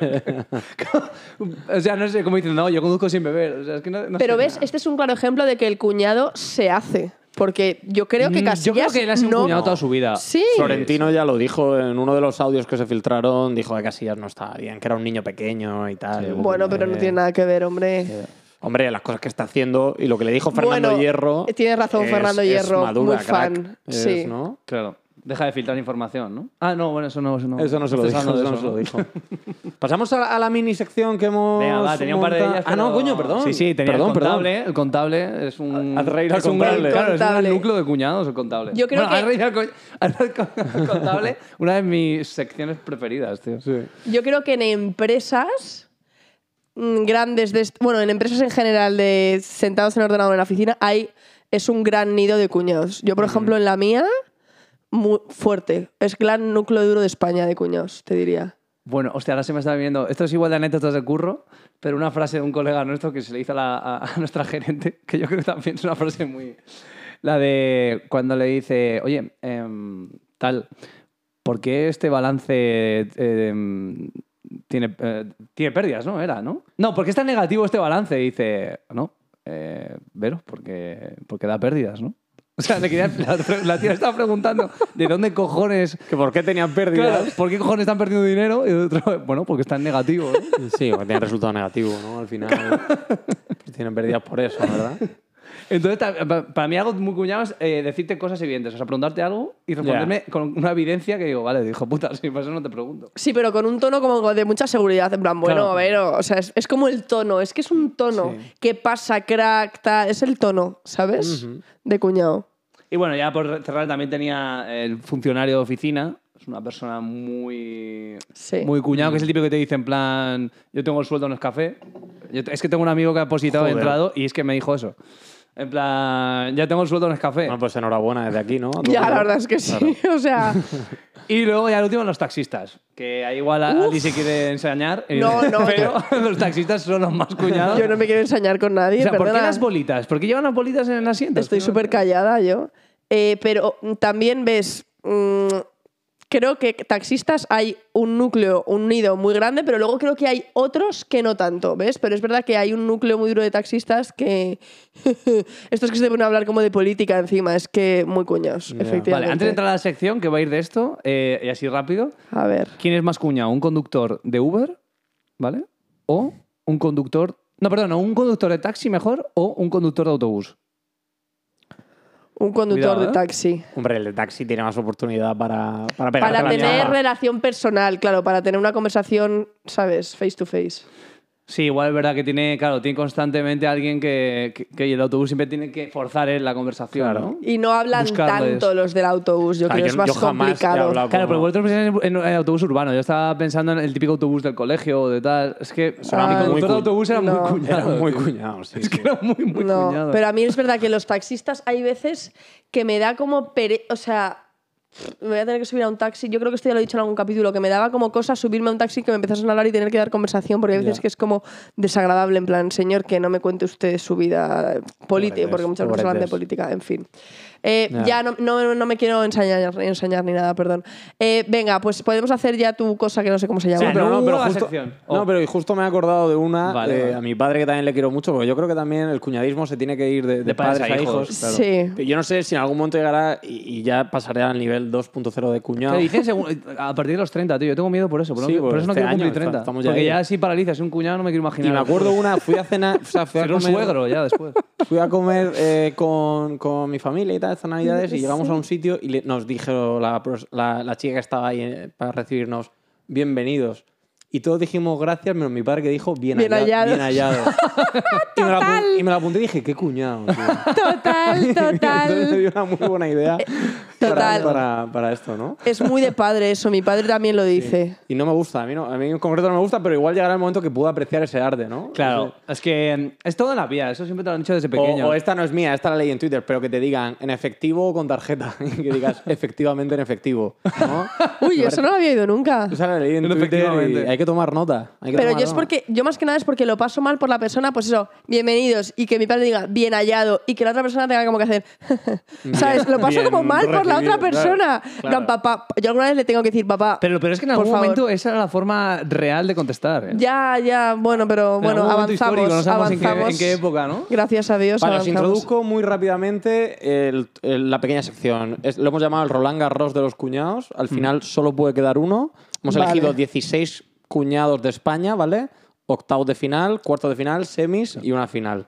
S2: o sea, no sé, como dicen, no, yo conduzco sin beber. O sea, es que no, no
S4: Pero
S2: sé.
S4: ves, este es un claro ejemplo de que el cuñado se hace, porque yo creo que
S2: Mm,
S4: Casillas
S2: Yo creo que él ha sido
S4: no...
S2: un cuñado toda su vida.
S4: Sí.
S3: Florentino ya lo dijo en uno de los audios que se filtraron, dijo que Casillas no estaba bien, que era un niño pequeño y tal.
S4: Bueno, pero no
S3: Eh,
S4: tiene nada que ver, hombre.
S3: Hombre, las cosas que está haciendo y lo que le dijo Fernando
S4: Bueno,
S3: Hierro.
S4: tienes razón,
S3: es-
S4: Fernando
S3: es
S4: Hierro,
S3: madura,
S4: muy
S3: crack.
S4: fan,
S3: Es,
S4: sí.
S3: ¿no?
S2: Claro. Deja de filtrar información, ¿no? Ah, no, bueno, eso no. Eso no,
S3: Eso no se lo
S2: Estás
S3: dijo.
S2: hablando de
S3: eso no
S2: eso,
S3: se lo
S2: ¿no?
S3: dijo. Pasamos a la, a la mini sección que hemos.
S2: Venga, va, tenía un par de
S3: montado.
S2: ellas.
S3: Ah, no,
S2: pero-
S3: coño, perdón.
S2: Sí, sí, tenía
S3: perdón,
S2: el
S3: perdón.
S2: contable. El contable es un.
S3: Haz reír al
S2: es un
S3: contable.
S2: gran- claro, es un gran
S4: Contable.
S2: núcleo de cuñados el contable.
S4: Yo creo
S2: Bueno,
S4: que-
S2: haz reír al co- haz reír al contable, una de mis secciones preferidas, tío.
S3: Sí.
S4: Yo creo que en empresas mm, grandes, de est- bueno, en empresas en general de sentados en ordenador en la oficina, hay, es un gran nido de cuñados. Yo, por
S2: Mm.
S4: ejemplo, en la mía, muy fuerte. Es gran núcleo duro de España de cuñados, te diría.
S2: Bueno, hostia, ahora se me está viniendo. Esto es igual de anécdotas de curro, pero una frase de un colega nuestro que se le hizo a, la- a- a nuestra gerente, que yo creo que también es una frase muy. La de cuando le dice, oye, em, tal, ¿por qué este balance em, tiene, eh, tiene pérdidas, no? Era, ¿no? No, ¿por qué está negativo este balance? Y dice, no, eh, Vero, porque, porque da pérdidas, ¿no? O sea, le quería- la, la tía estaba preguntando de dónde cojones
S3: Que por qué tenían pérdidas.
S2: Claro, ¿por qué cojones están perdiendo dinero? Y otro, bueno, porque están negativos. ¿no?
S3: Sí, porque tenían resultado negativo, ¿no? Al final. Pues tienen pérdidas por eso, ¿verdad?
S2: Entonces, ta- pa- para mí algo muy cuñado es eh, decirte cosas evidentes. O sea, preguntarte algo y responderme con una evidencia que digo, vale, dijo puta, si por eso no te pregunto.
S4: Sí, pero con un tono como de mucha seguridad. En plan, bueno,
S2: Claro.
S4: a ver, o sea, es, es como el tono. Es que es un tono. ¿Qué pasa, crack? tal? Es el tono, ¿sabes? De cuñado.
S2: Y bueno, ya por cerrar también tenía el funcionario de oficina. Es una persona muy...
S4: Sí.
S2: Muy cuñado, que es el típico que te dice en plan, yo tengo el sueldo en el café. Yo te- es que tengo un amigo que ha depositado y
S3: Joder.
S2: entrado y es que me dijo eso. En plan, ya tengo el sueldo en el café.
S3: Bueno, pues enhorabuena desde aquí, ¿no?
S4: Ya, la verdad es que sí. O sea,
S2: Y luego ya el último, los taxistas. Que ahí igual a- Ali se quiere ensañar. eh,
S4: No, no,
S2: Pero los taxistas son los más cuñados.
S4: yo no me quiero ensañar con nadie.
S2: o sea, ¿por qué
S4: perdona.
S2: las bolitas? ¿Por qué llevan las bolitas en el asiento?
S4: Estoy súper callada yo. Eh, pero también ves, mm, creo que taxistas hay un núcleo, un nido muy grande, pero luego creo que hay otros que no tanto, ¿ves? Pero es verdad que hay un núcleo muy duro de taxistas que... Estos que se deben hablar como de política encima, es que muy cuñados, efectivamente.
S2: Vale, antes de entrar a la sección, que va a ir de esto, eh, y así rápido,
S4: A ver.
S2: ¿quién es más cuñado? ¿Un conductor de Uber? ¿Vale? ¿O un conductor... No, perdón, ¿un conductor de taxi mejor o un conductor de autobús?
S4: Un conductor
S2: Cuidado,
S4: de
S2: ¿eh?
S4: taxi.
S3: Hombre, el de taxi tiene más oportunidad para, para pegar
S4: Para
S3: caña.
S4: tener relación personal, claro, para tener una conversación, ¿sabes? Face to face.
S2: Sí, igual es verdad que tiene, claro, tiene constantemente alguien que, que, que el autobús siempre tiene que forzar eh, la conversación,
S3: Claro.
S2: ¿no?
S4: Y no hablan
S2: Buscarles.
S4: tanto los del autobús, yo
S3: Ah,
S4: creo que es más
S3: yo jamás he
S4: complicado.
S3: hablado
S2: Claro,
S3: con-
S2: pero vosotros pensáis en, en autobús urbano. Yo estaba pensando en el típico autobús del colegio o de tal. Es que
S3: Sonaba
S2: mi
S3: muy
S2: conductor de
S3: cuñado.
S2: autobús era
S4: No.
S2: muy cuñado.
S3: Era muy
S2: tío.
S3: cuñado, sí.
S2: Es que
S3: sí.
S2: era muy, muy
S4: no,
S2: cuñado.
S4: pero a mí es verdad que los taxistas hay veces que me da como pere... O sea, me voy a tener que subir a un taxi. Yo creo que esto ya lo he dicho en algún capítulo, que me daba como cosa subirme a un taxi que me empezasen a hablar y tener que dar conversación, porque hay veces
S3: Ya.
S4: que es como desagradable, en plan, señor, que no me cuente usted su vida política,
S3: Pobretes,
S4: porque muchas veces
S3: pobretes.
S4: hablan de política, en fin. Eh,
S3: Ya.
S4: Ya no, no, no me quiero enseñar, enseñar ni nada, perdón. Eh, venga, pues podemos hacer ya tu cosa que no sé cómo se llama.
S2: Sí,
S3: No, pero, no,
S2: hubo
S3: pero
S2: la
S3: justo,
S2: sección.
S3: no,
S2: Oh.
S3: pero y justo me he acordado de una
S2: Vale,
S3: eh,
S2: vale.
S3: a mi padre que también le quiero mucho, porque yo creo que también el cuñadismo se tiene que ir de, de
S2: De
S3: padres, a hijos.
S2: claro.
S4: Sí.
S3: Yo no sé si en algún momento llegará y, y ya pasaré al nivel 2.0 de cuñado.
S2: Te dicen según- a partir de los 30, tío. Yo tengo miedo por eso. Por,
S3: Sí,
S2: no-
S3: por
S2: por eso no
S3: este
S2: quiero cumplir
S3: año,
S2: 30.
S3: estamos ya
S2: porque
S3: ahí.
S2: ya si paralizas un cuñado no me quiero imaginar.
S3: Y me acuerdo una, fui a cenar, o sea, fui a
S2: Ser un
S3: comer-
S2: suegro ya después.
S3: Fui a comer eh, con, con mi familia y tal estas navidades y llegamos a un sitio y le- nos dijo la, pros- la- la chica que estaba ahí eh, para recibirnos, bienvenidos. Y todos dijimos gracias, menos mi padre que dijo bien,
S4: Bien
S3: halla-
S4: hallados".
S3: bien hallados. y, me la apu- y me lo apunté y dije, qué cuñado. tío".
S4: Total,
S3: Entonces me
S4: total.
S3: dio una muy buena idea para-
S4: Total.
S3: Para, para esto, ¿no?
S4: es muy de padre eso, mi padre también lo dice.
S3: Y no me gusta, a mí, no, a mí en concreto no me gusta, pero igual llegará el momento que pueda apreciar ese arte, ¿no?
S2: Claro, es que mm, es todo en la vía. Eso siempre te lo han dicho desde
S3: O-
S2: pequeño.
S3: O, esta no es mía, esta la leí en Twitter, pero que te digan en efectivo o con tarjeta. Y que digas efectivamente en efectivo. ¿no?
S4: Uy, eso no lo había ido nunca.
S3: Esa la leí en
S2: En
S3: Twitter y
S2: efectivamente.
S3: hay que tomar nota. hay que
S4: Pero
S3: tomar
S4: yo es
S3: nota.
S4: porque, yo más que nada es porque lo paso mal por la persona, pues eso, bienvenidos, y que mi padre diga bien hallado, y que la otra persona tenga como que hacer, ¿sabes? Lo paso
S3: bien
S4: como mal por la otra
S3: recibido,
S4: persona.
S3: claro,
S4: En
S3: claro.
S4: plan, papá, yo alguna vez le tengo que decir papá.
S2: Pero lo peor es que en
S4: por
S2: algún
S4: favor".
S2: momento esa era la forma real de contestar. ¿eh?
S4: Ya, ya, bueno, pero
S2: En
S4: bueno,
S2: algún momento
S4: avanzamos.
S2: histórico, no sabemos en qué-
S4: avanzamos.
S2: en qué época, ¿no?
S4: Gracias a Dios.
S3: Vale, os
S4: avanzamos.
S2: eh,
S3: introduzco muy rápidamente el- el- la pequeña sección. Es- lo hemos llamado el Roland Garros de los cuñados.
S2: Mm.
S3: Al final solo puede quedar uno. Hemos
S4: Vale.
S3: elegido 16 cuñados de España, ¿vale? Octavos de final, cuartos de final, semis y una final.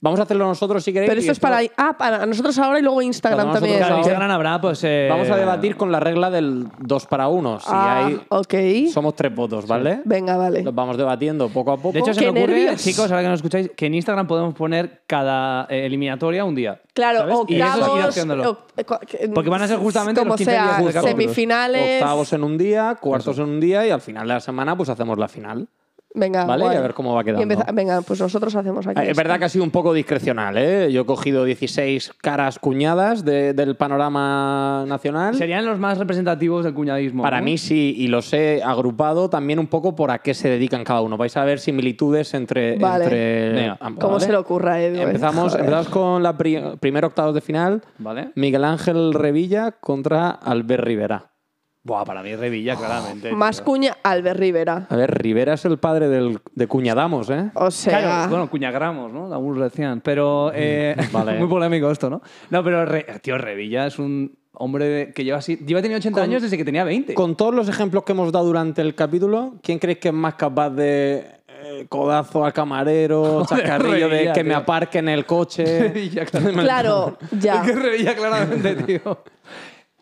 S3: Vamos a hacerlo nosotros si queréis.
S4: Pero
S3: y
S4: esto es para, ah, para nosotros ahora y luego Instagram
S3: Para nosotros
S4: también.
S2: Claro,
S3: ahora.
S2: Instagram habrá, pues. eh,
S3: Vamos a debatir con la regla del 2 para 1. Si
S4: Ah,
S3: hay
S4: ok.
S3: Somos tres votos, ¿vale?
S4: Venga, vale.
S3: Los vamos debatiendo poco a poco.
S2: De hecho, se
S4: ¡Qué
S2: me ocurre,
S4: nervios!
S2: chicos, ahora que nos escucháis, que en Instagram podemos poner cada eh, eliminatoria un día.
S4: Claro,
S2: ¿sabes? Y eso es ir
S4: octavos.
S2: haciéndolo.
S4: oc- cua- que-
S2: Porque van a ser justamente
S4: como
S2: los 15
S4: sea,
S2: días de capítulos.
S4: semifinales.
S3: octavos en un día, cuartos en un día y al final de la semana pues hacemos la final.
S4: Venga,
S3: Vale, y
S4: guay.
S3: a ver cómo va
S4: Y
S3: quedando.
S4: empeza- venga, pues nosotros hacemos
S2: Ah,
S4: aquí.
S3: Eh, Es
S4: esto.
S3: verdad que ha sido un poco discrecional, ¿eh? Yo he cogido 16 caras cuñadas de- del panorama nacional.
S2: Serían los más representativos del cuñadismo.
S3: Para
S2: ¿no?
S3: mí sí, y los he agrupado también un poco por a qué se dedican cada uno. Vais a ver similitudes entre,
S4: Vale.
S3: entre
S2: Venga.
S3: ambos,
S4: ¿Cómo
S3: ¿vale?
S4: se le ocurra, Edu? eh?
S3: Empezamos,
S4: Joder.
S3: empezamos con la pri- primer octavos de final.
S2: ¿Vale?
S3: Miguel Ángel Revilla contra Albert Rivera.
S2: Buah, para mí es Revilla, claramente.
S4: Más
S2: tío.
S4: cuña, Albert Rivera.
S3: A ver, Rivera es el padre del, de Cuñadamos, ¿eh?
S4: O sea,
S2: Claro, bueno, cuñagramos, ¿no? Algunos decían. Pero. eh,
S3: Mm, Vale.
S2: muy polémico esto, ¿no? No, pero. Re- tío, Revilla es un hombre de- que lleva así. Lleva teniendo 80
S3: Con-
S2: años desde que tenía 20.
S3: Con todos los ejemplos que hemos dado durante el capítulo, ¿quién creéis que es más capaz de eh, codazo al camarero, chacarrillo de
S2: Revilla,
S3: que me
S2: tío.
S3: aparque en el coche?
S2: Revilla, claramente.
S4: claro, ya.
S2: Es que Revilla, claramente, tío.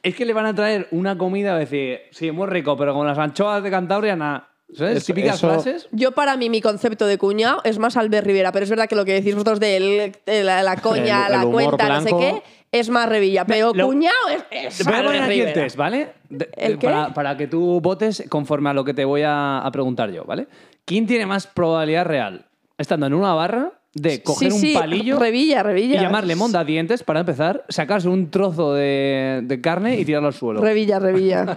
S2: Es que le van a traer una comida, a decir, sí, muy rico, pero con las anchoas de Cantabria, nada. ¿Sabes?
S3: Eso-
S2: Típicas
S3: eso-
S2: frases.
S4: Yo para mí mi concepto de cuñado es más Albert Rivera, pero es verdad que lo que decís vosotros de el- de la, la coña,
S3: El- el
S4: la
S3: humor
S4: cuenta,
S3: blanco.
S4: no sé qué, es más Revilla. Pero
S2: Lo-
S4: cuñado es, es
S2: Voy a poner
S4: Albert
S2: aquí el
S4: Rivera.
S2: test, ¿vale? De-
S4: ¿El
S2: de-
S4: qué?
S2: Para, para que tú votes conforme a lo que te voy a, a preguntar yo, ¿vale? ¿Quién tiene más probabilidad real? Estando en una barra de coger
S4: sí, sí,
S2: un palillo
S4: Revilla,
S2: y
S4: Revilla.
S2: llamarle monda dientes para empezar, sacarse un trozo de, de carne y tirarlo al suelo.
S4: Revilla, Revilla.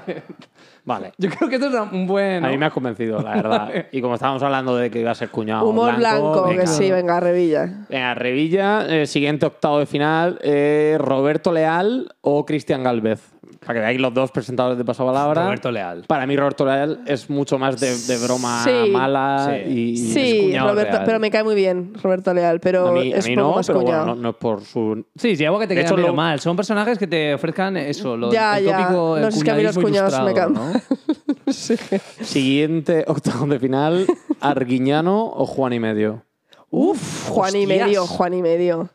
S3: Vale.
S2: Yo creo que esto es un buen...
S3: A mí me has convencido, la verdad. Y como estábamos hablando de que iba a ser cuñado
S4: Humor blanco, que sí, venga, Revilla.
S3: Venga, Revilla, eh, siguiente octavo de final, eh, Roberto Leal o Cristian Galvez. Para que veáis los dos presentadores de Pasapalabra.
S2: Roberto Leal.
S3: Para mí Roberto Leal es mucho más de, de broma
S4: Sí.
S3: mala
S2: Sí.
S3: y... es
S4: Sí,
S3: cuñado
S4: Roberto,
S3: real.
S4: pero me cae muy bien Roberto Leal,
S3: A
S4: pero
S3: mí, a
S4: es
S3: mí
S4: poco
S3: no,
S4: más
S3: pero bueno,
S4: cuñado.
S3: no, no es por su...
S2: Sí, sí, algo que te
S3: De
S2: queda
S3: hecho,
S2: medio
S3: lo-
S2: mal. Son personajes que te ofrezcan eso, lo,
S4: Ya,
S2: el
S4: ya.
S2: tópico el
S4: No, es que a mí los
S2: cuñadismo
S4: cuñados me
S2: ilustrado,
S4: caen-
S2: ¿no?
S4: Sí.
S3: Siguiente octavo de final, Arguiñano o Juan y medio.
S4: Uf, Juan y
S2: Hostias.
S4: medio, Juan y medio.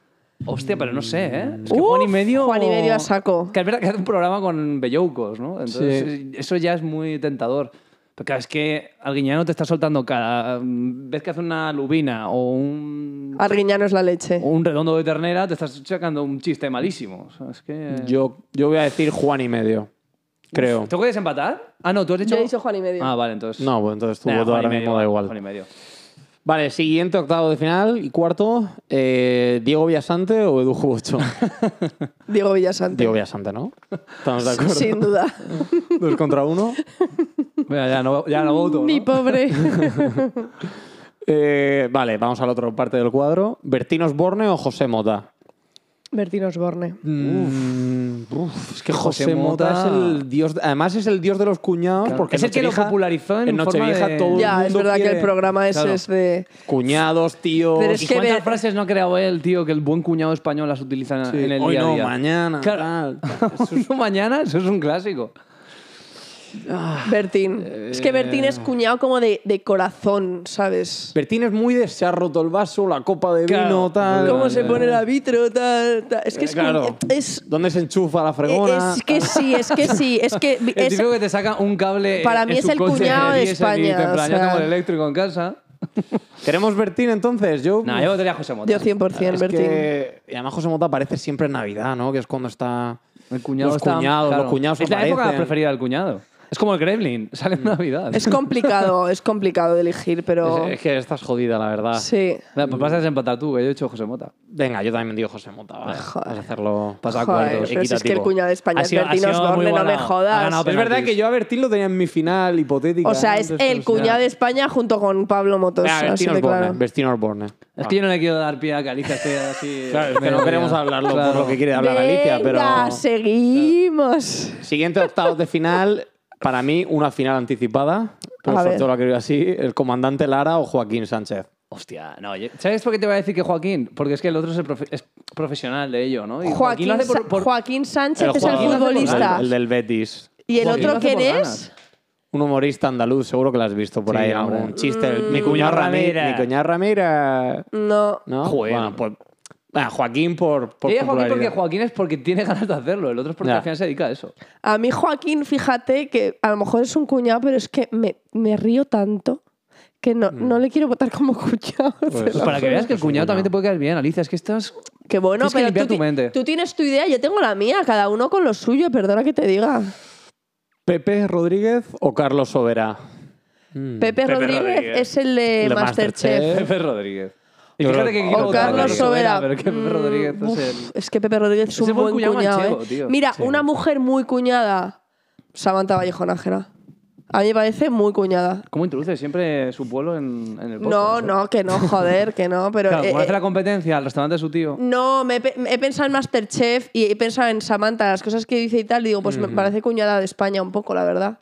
S2: Hostia, pero no sé, ¿eh? Es que
S4: Uf,
S2: Juan y medio...
S4: Juan y medio a saco.
S2: Que es verdad que hace un programa con belloucos, ¿no? Entonces,
S3: Sí.
S2: eso ya es muy tentador. Porque es que Alguiñano te está soltando cada vez que hace una lubina o un,
S4: Arguiñano es la leche.
S3: Oh,
S2: o un redondo de ternera, te estás sacando un chiste malísimo. O sea, es que...
S3: Yo, yo voy a decir Juan y medio, creo.
S2: ¿Tengo que desempatar? Ah, no, tú has dicho...
S4: Yo he dicho Juan y medio.
S2: Ah, vale, entonces...
S3: No, pues entonces tu
S2: Nah,
S3: voto
S2: Juan y
S3: ahora
S2: medio,
S3: mismo da
S2: Juan y
S3: igual.
S2: medio.
S3: Vale, siguiente octavo de final y cuarto, eh, Diego Villasante o Edu Jugocho.
S4: Diego Villasante.
S3: Diego Villasante, ¿no? Estamos de acuerdo.
S4: Sin duda.
S3: Dos contra uno.
S2: Mira, ya no, ya no voto. ¿no?
S4: Mi pobre.
S3: Eh, vale, vamos a la otra parte del cuadro. ¿Bertín Osborne o José Mota?
S4: Bertín Osborne.
S3: Uf, es que José,
S2: Mm. José
S3: Mota,
S2: Mota-
S3: es el dios, además es el dios de los cuñados,
S2: Claro,
S3: porque
S2: es el que lo
S3: Nochevieja-
S2: popularizó en forma
S3: Nochevieja
S2: de-
S3: todo el
S4: Ya, es
S3: mundo
S4: verdad que
S3: quiere-
S4: el programa ese
S2: Claro.
S4: es de.
S3: Cuñados, tíos.
S4: Pero es
S2: ¿Y
S4: que
S2: cuántas
S4: ver-
S2: frases no ha creado él, tío, que el buen cuñado español las utiliza
S3: Sí,
S2: en el
S3: hoy
S2: día a
S3: no,
S2: día?
S3: mañana.
S2: Claro.
S3: tal.
S2: Eso es un mañana, eso es un clásico.
S4: Bertín.
S3: Eh,
S4: Es que Bertín es cuñado como de, de corazón, ¿sabes?
S3: Bertín es muy de se ha roto el vaso, la copa de
S2: Claro.
S3: vino, tal.
S4: Cómo
S2: Vale,
S4: se
S2: vale.
S4: pone el arbitro, tal, tal. Es que es, cuñ-
S3: Eh, Claro.
S4: es,
S3: ¿Dónde se enchufa la fregona?
S4: es que sí, es que sí, es que
S2: El
S4: es-
S2: típico que te saca un cable
S4: Para
S2: en
S4: mí es
S2: su
S4: el
S2: coche
S4: cuñado de
S2: diésel y
S4: España,
S2: te en plan,
S4: o
S2: ya
S4: sea.
S2: tengo el eléctrico en casa.
S3: ¿Queremos Bertín entonces? Yo.
S2: Nah, yo votaría a José Mota.
S4: yo 100%
S3: Es
S4: Bertín.
S3: que- Y además José Mota aparece siempre en Navidad, ¿no? Que es cuando está.
S2: El cuñado
S3: los
S2: está-
S3: cuñados,
S2: claro.
S3: los cuñados
S2: Es la época
S3: aparecen. Mm.
S2: preferida del cuñado. Es como el Kremlin, sale en Navidad.
S4: Es complicado, es complicado de elegir, pero.
S3: Es, es que estás jodida, la verdad.
S4: Sí.
S2: Nah, pues vas a desempatar tú, que yo he hecho José Mota.
S3: Venga, yo también digo José Mota. vale.
S4: Joder.
S3: Vamos a hacerlo.
S2: Pasa a
S4: Joder,
S2: cuartos.
S4: pero si es que el cuñado de España
S2: Ha
S4: es
S2: sido- ha
S4: Bertín
S2: sido muy
S4: Osborne, no me
S2: igualado. Ha
S4: jodas.
S2: ganado
S3: Es verdad
S2: penaltis.
S3: que yo a Bertín lo tenía en mi final hipotética.
S4: O sea,
S3: ¿no?
S4: es
S3: Entonces,
S4: el
S3: o sea-
S4: cuñado de España junto con Pablo Motos.
S3: Venga,
S4: así
S3: Ah, Bertín
S4: de
S3: Osborne.
S4: claro.
S3: Bertín Osborne.
S2: Es que yo no le quiero dar pie a Caliza esté así.
S3: Ah. Claro, es que no
S2: medio
S3: queremos
S2: día.
S3: hablarlo por
S2: Claro.
S3: lo que quiere hablar Alicia, pero.
S4: Venga, seguimos.
S3: Siguiente octavos de final. Para mí, una final anticipada. Pero
S4: A ver.
S3: yo la creo así. El comandante Lara o Joaquín Sánchez.
S2: Hostia, no. yo- ¿Sabes por qué te voy a decir que Joaquín? Porque es que el otro es, el profe- es profesional de ello, ¿no? Y
S4: Joaquín,
S2: lo hace por-
S4: Sa-
S2: por-
S4: Joaquín Sánchez este es el
S3: jugador-
S4: futbolista.
S3: El, el del Betis.
S4: ¿Y el
S2: Joaquín lo
S4: otro
S2: hace
S4: quién
S2: por
S4: es?
S2: ganas.
S3: Un humorista andaluz, seguro que lo has visto por
S2: Sí,
S3: ahí.
S2: hombre.
S3: Algún chiste.
S4: Mm.
S3: Mi
S2: Cuñado
S3: cuñado Ramírez.
S2: Ramírez.
S3: Mi cuñado Ramírez.
S4: No.
S3: ¿No?
S2: Joder.
S3: Bueno, pues, bueno, Joaquín por, por
S2: Yo diría Joaquín porque
S3: popularidad.
S2: Joaquín es porque tiene ganas de hacerlo. El otro es porque
S3: Ya.
S2: al final se dedica a eso.
S4: A mí Joaquín, fíjate que a lo mejor es un cuñado, pero es que me, me río tanto que no,
S3: Mm.
S4: no le quiero votar como cuñado. te
S3: Pues,
S4: lo
S2: para que
S4: juro.
S2: veas que el
S3: es un
S2: cuñado
S3: cuñado.
S2: también te puede caer bien, Alicia. Es que estás...
S4: Que bueno,
S2: Tienes que
S4: pero
S2: limpiar
S4: tú,
S2: tu
S4: ti-
S2: mente.
S4: tú tienes tu idea, yo tengo la mía, cada uno con lo suyo, perdona que te diga.
S2: Mm.
S3: ¿Pepe Rodríguez o Carlos Sobera?
S4: Pepe, Rodríguez,
S2: Rodríguez.
S4: es el de
S3: El de
S4: Eh, Masterchef.
S3: Masterchef.
S2: Pepe Rodríguez. Y
S3: Yo
S2: fíjate
S3: creo- o
S2: que quiero
S4: O
S2: votar a
S4: Carlos
S2: Rodríguez,
S4: Sobera.
S2: Pero que Pepe
S4: Mm,
S2: Rodríguez
S4: uf,
S2: es el...
S4: es que Pepe Rodríguez es
S2: Ese
S4: un
S2: fue
S4: buen
S2: el cuñado
S4: cuñado.
S2: manchego,
S4: ¿eh?
S2: tío.
S4: Mira,
S3: Sí.
S4: una mujer muy cuñada, Samantha Vallejo Nájera. A mí me parece muy cuñada.
S2: ¿Cómo introduce siempre su pueblo en, en el
S4: No,
S2: podcast? eh?
S4: no, que no, joder, que no, pero...
S2: Claro,
S4: eh,
S2: como hace
S4: eh,
S2: la competencia al restaurante de su tío.
S4: no, me he, pe- he pensado en Masterchef y he pensado en Samantha, las cosas que dice y tal, y digo, pues me parece cuñada de España un poco, la verdad.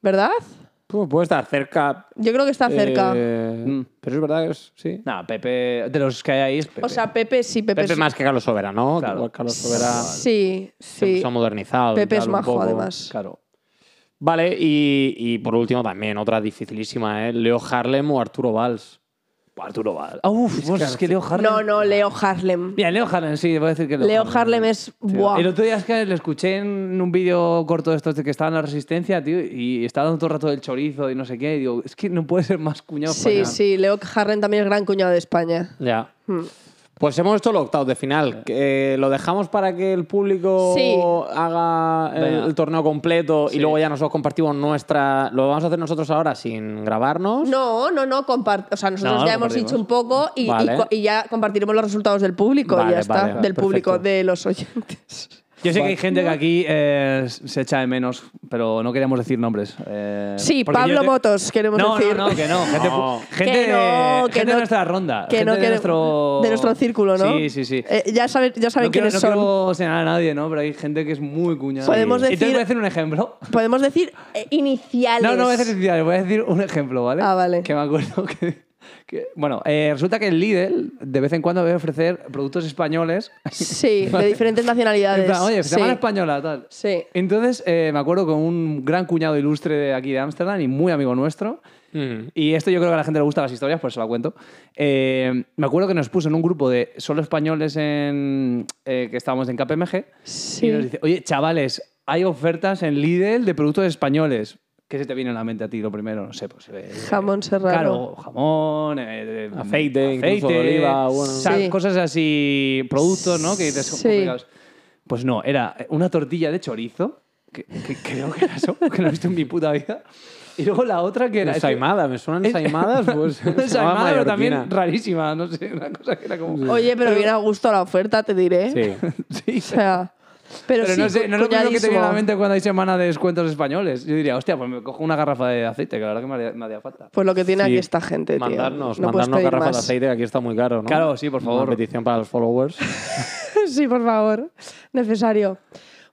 S4: ¿Verdad?
S3: Pues puede estar cerca.
S4: Yo creo que está cerca.
S3: eh,
S2: Mm.
S3: Pero es verdad que es, sí.
S2: No, Pepe... De los que hay ahí es Pepe.
S4: O sea, Pepe sí, Pepe,
S3: Pepe
S4: sí.
S3: más que Carlos Sobera, ¿no?
S2: Claro.
S3: Igual Carlos Sobera
S4: Sí, sí.
S3: se ha modernizado. y
S4: Pepe es
S3: tal, un
S4: majo,
S3: poco.
S4: además.
S2: Claro.
S3: Vale, y, y por último también, otra dificilísima, ¿eh? Leo Harlem o Arturo Valls.
S2: Arturo Val. Ah, Uf, vos, es que Leo Harlem...
S4: No, no, Leo Harlem.
S2: Mira, Leo Harlem, sí, voy a decir que Leo,
S4: Leo Harlem es...
S2: Tío,
S4: Buah.
S2: El otro día es que lo escuché en un vídeo corto de estos de que estaba en la resistencia, tío, y estaba dando todo el rato del chorizo y no sé qué. Y digo, es que no puede ser más cuñado.
S4: Sí,
S2: español.
S4: sí, Leo Harlem también es gran cuñado de España.
S3: Ya.
S4: Hmm.
S3: Pues hemos hecho los octavos de final. que eh, lo dejamos para que el público
S4: Sí.
S3: haga el,
S2: Venga.
S3: el torneo completo y
S2: Sí.
S3: luego ya nosotros compartimos nuestra. Lo vamos a hacer nosotros ahora sin grabarnos.
S4: No, no, no, compart o sea, nosotros
S2: No, no
S4: ya hemos
S2: compartimos.
S4: dicho un poco y, y
S3: Vale.
S4: co- y ya compartiremos los resultados del público,
S3: Vale,
S4: ya está,
S3: vale,
S4: del
S3: perfecto.
S4: público, de los oyentes.
S2: Yo sé que hay gente que aquí eh, se echa de menos, pero no queríamos decir nombres. eh,
S4: Sí,
S2: porque
S4: Pablo
S2: yo te-
S4: Motos, queremos
S2: no,
S4: decir.
S2: No, no, que no. Gente,
S3: No.
S2: gente
S4: Que no,
S2: de,
S4: que
S2: gente de
S4: no-
S2: nuestra ronda.
S4: que
S2: gente
S4: no
S2: de,
S4: queremos-
S2: nuestro...
S4: de nuestro círculo, ¿no?
S2: Sí, sí, sí.
S4: Eh, ya saben, ya saben
S2: no quiero,
S4: quiénes
S2: no
S4: son.
S2: quiero señalar a nadie, ¿no? Pero hay gente que es muy cuñada.
S4: Podemos
S2: Y te voy
S4: decir-
S2: a decir un ejemplo.
S4: Podemos decir eh, iniciales.
S2: No, no voy a decir iniciales, voy a decir un ejemplo, ¿vale?
S4: Ah, vale.
S2: Que me acuerdo que. que- bueno, eh, resulta que el Lidl de vez en cuando debe ofrecer productos españoles.
S4: Sí, de diferentes nacionalidades.
S2: En plan, oye,
S4: sí.
S2: semana española, tal.
S4: Sí.
S2: Entonces, eh, me acuerdo con un gran cuñado ilustre de aquí de Ámsterdam y muy amigo nuestro.
S3: Mm.
S2: Y esto yo creo que a la gente le gustan las historias, pues se la cuento. Eh, me acuerdo que nos puso en un grupo de solo españoles en, eh, que estábamos en KPMG.
S4: Sí.
S2: Y nos dice, oye, chavales, hay ofertas en Lidl de productos españoles. ¿Qué se te viene a la mente a ti lo primero? No sé, pues... eh,
S4: Jamón serrano.
S2: Claro, jamón, eh, eh,
S3: Aceite, incluso de oliva, bueno.
S2: sa-
S4: Sí.
S2: cosas así, productos, ¿no? Que dices,
S4: Sí.
S2: complicados. Pues no, era una tortilla de chorizo, que, que creo que era eso, que no he visto en mi puta vida. Y luego la otra que era.
S3: Ensaimada, me suenan ensaimadas. Pues,
S2: Una
S3: se llamaba
S2: ensaimada, pero también
S3: mallorquina.
S2: rarísima. No sé, una cosa que era como.
S4: Oye, pero viene a gusto la oferta, te diré.
S3: Sí.
S2: Sí.
S4: O sea, pero,
S2: Pero
S4: sí,
S2: no, sé, no es lo primero que te viene a la
S4: cuñadísimo.
S2: mente cuando hay semana de descuentos españoles. Yo diría, hostia, pues me cojo una garrafa de aceite, que la verdad que me haría, me haría falta.
S4: Pues lo que tiene
S3: Sí.
S4: aquí esta gente, tío.
S3: Mandarnos,
S4: No puedes
S3: mandarnos
S4: pedir
S3: garrafas de
S4: más.
S3: aceite, que aquí está muy caro, ¿no?
S2: Claro, sí, por favor.
S3: Una petición para los followers.
S4: sí, por favor. Necesario.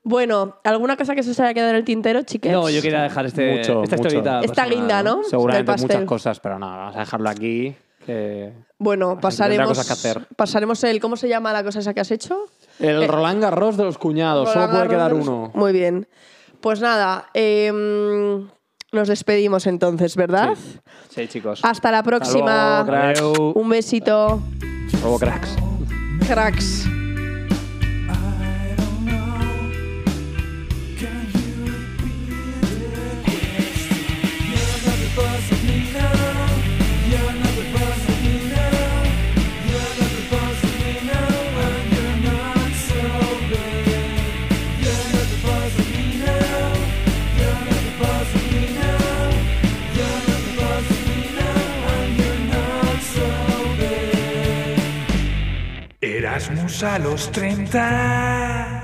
S4: Bueno, ¿alguna cosa que se os haya quedado en el tintero, chiques?
S2: No, yo quería dejar este,
S3: Mucho,
S2: esta
S3: mucho.
S2: historita.
S4: Esta
S2: personal,
S4: guinda, ¿no? Del
S3: Seguramente
S4: pastel.
S3: muchas cosas, pero nada, vamos a dejarlo aquí. que-
S4: Bueno, pasaremos,
S3: cosas que hacer.
S4: pasaremos el... ¿Cómo se llama la cosa esa que has hecho?
S3: El
S4: Eh,
S3: Roland Garros de los cuñados, solo
S4: Roland
S3: puede quedar
S4: Garros de
S3: uno.
S4: los- Muy bien. Pues nada, eh, nos despedimos entonces, ¿verdad?
S2: Sí, chicos.
S4: Hasta la próxima.
S3: luego, cracks.
S2: Adeu.
S4: Un besito,
S3: Luego cracks.
S4: cracks.
S5: Erasmus a los 30.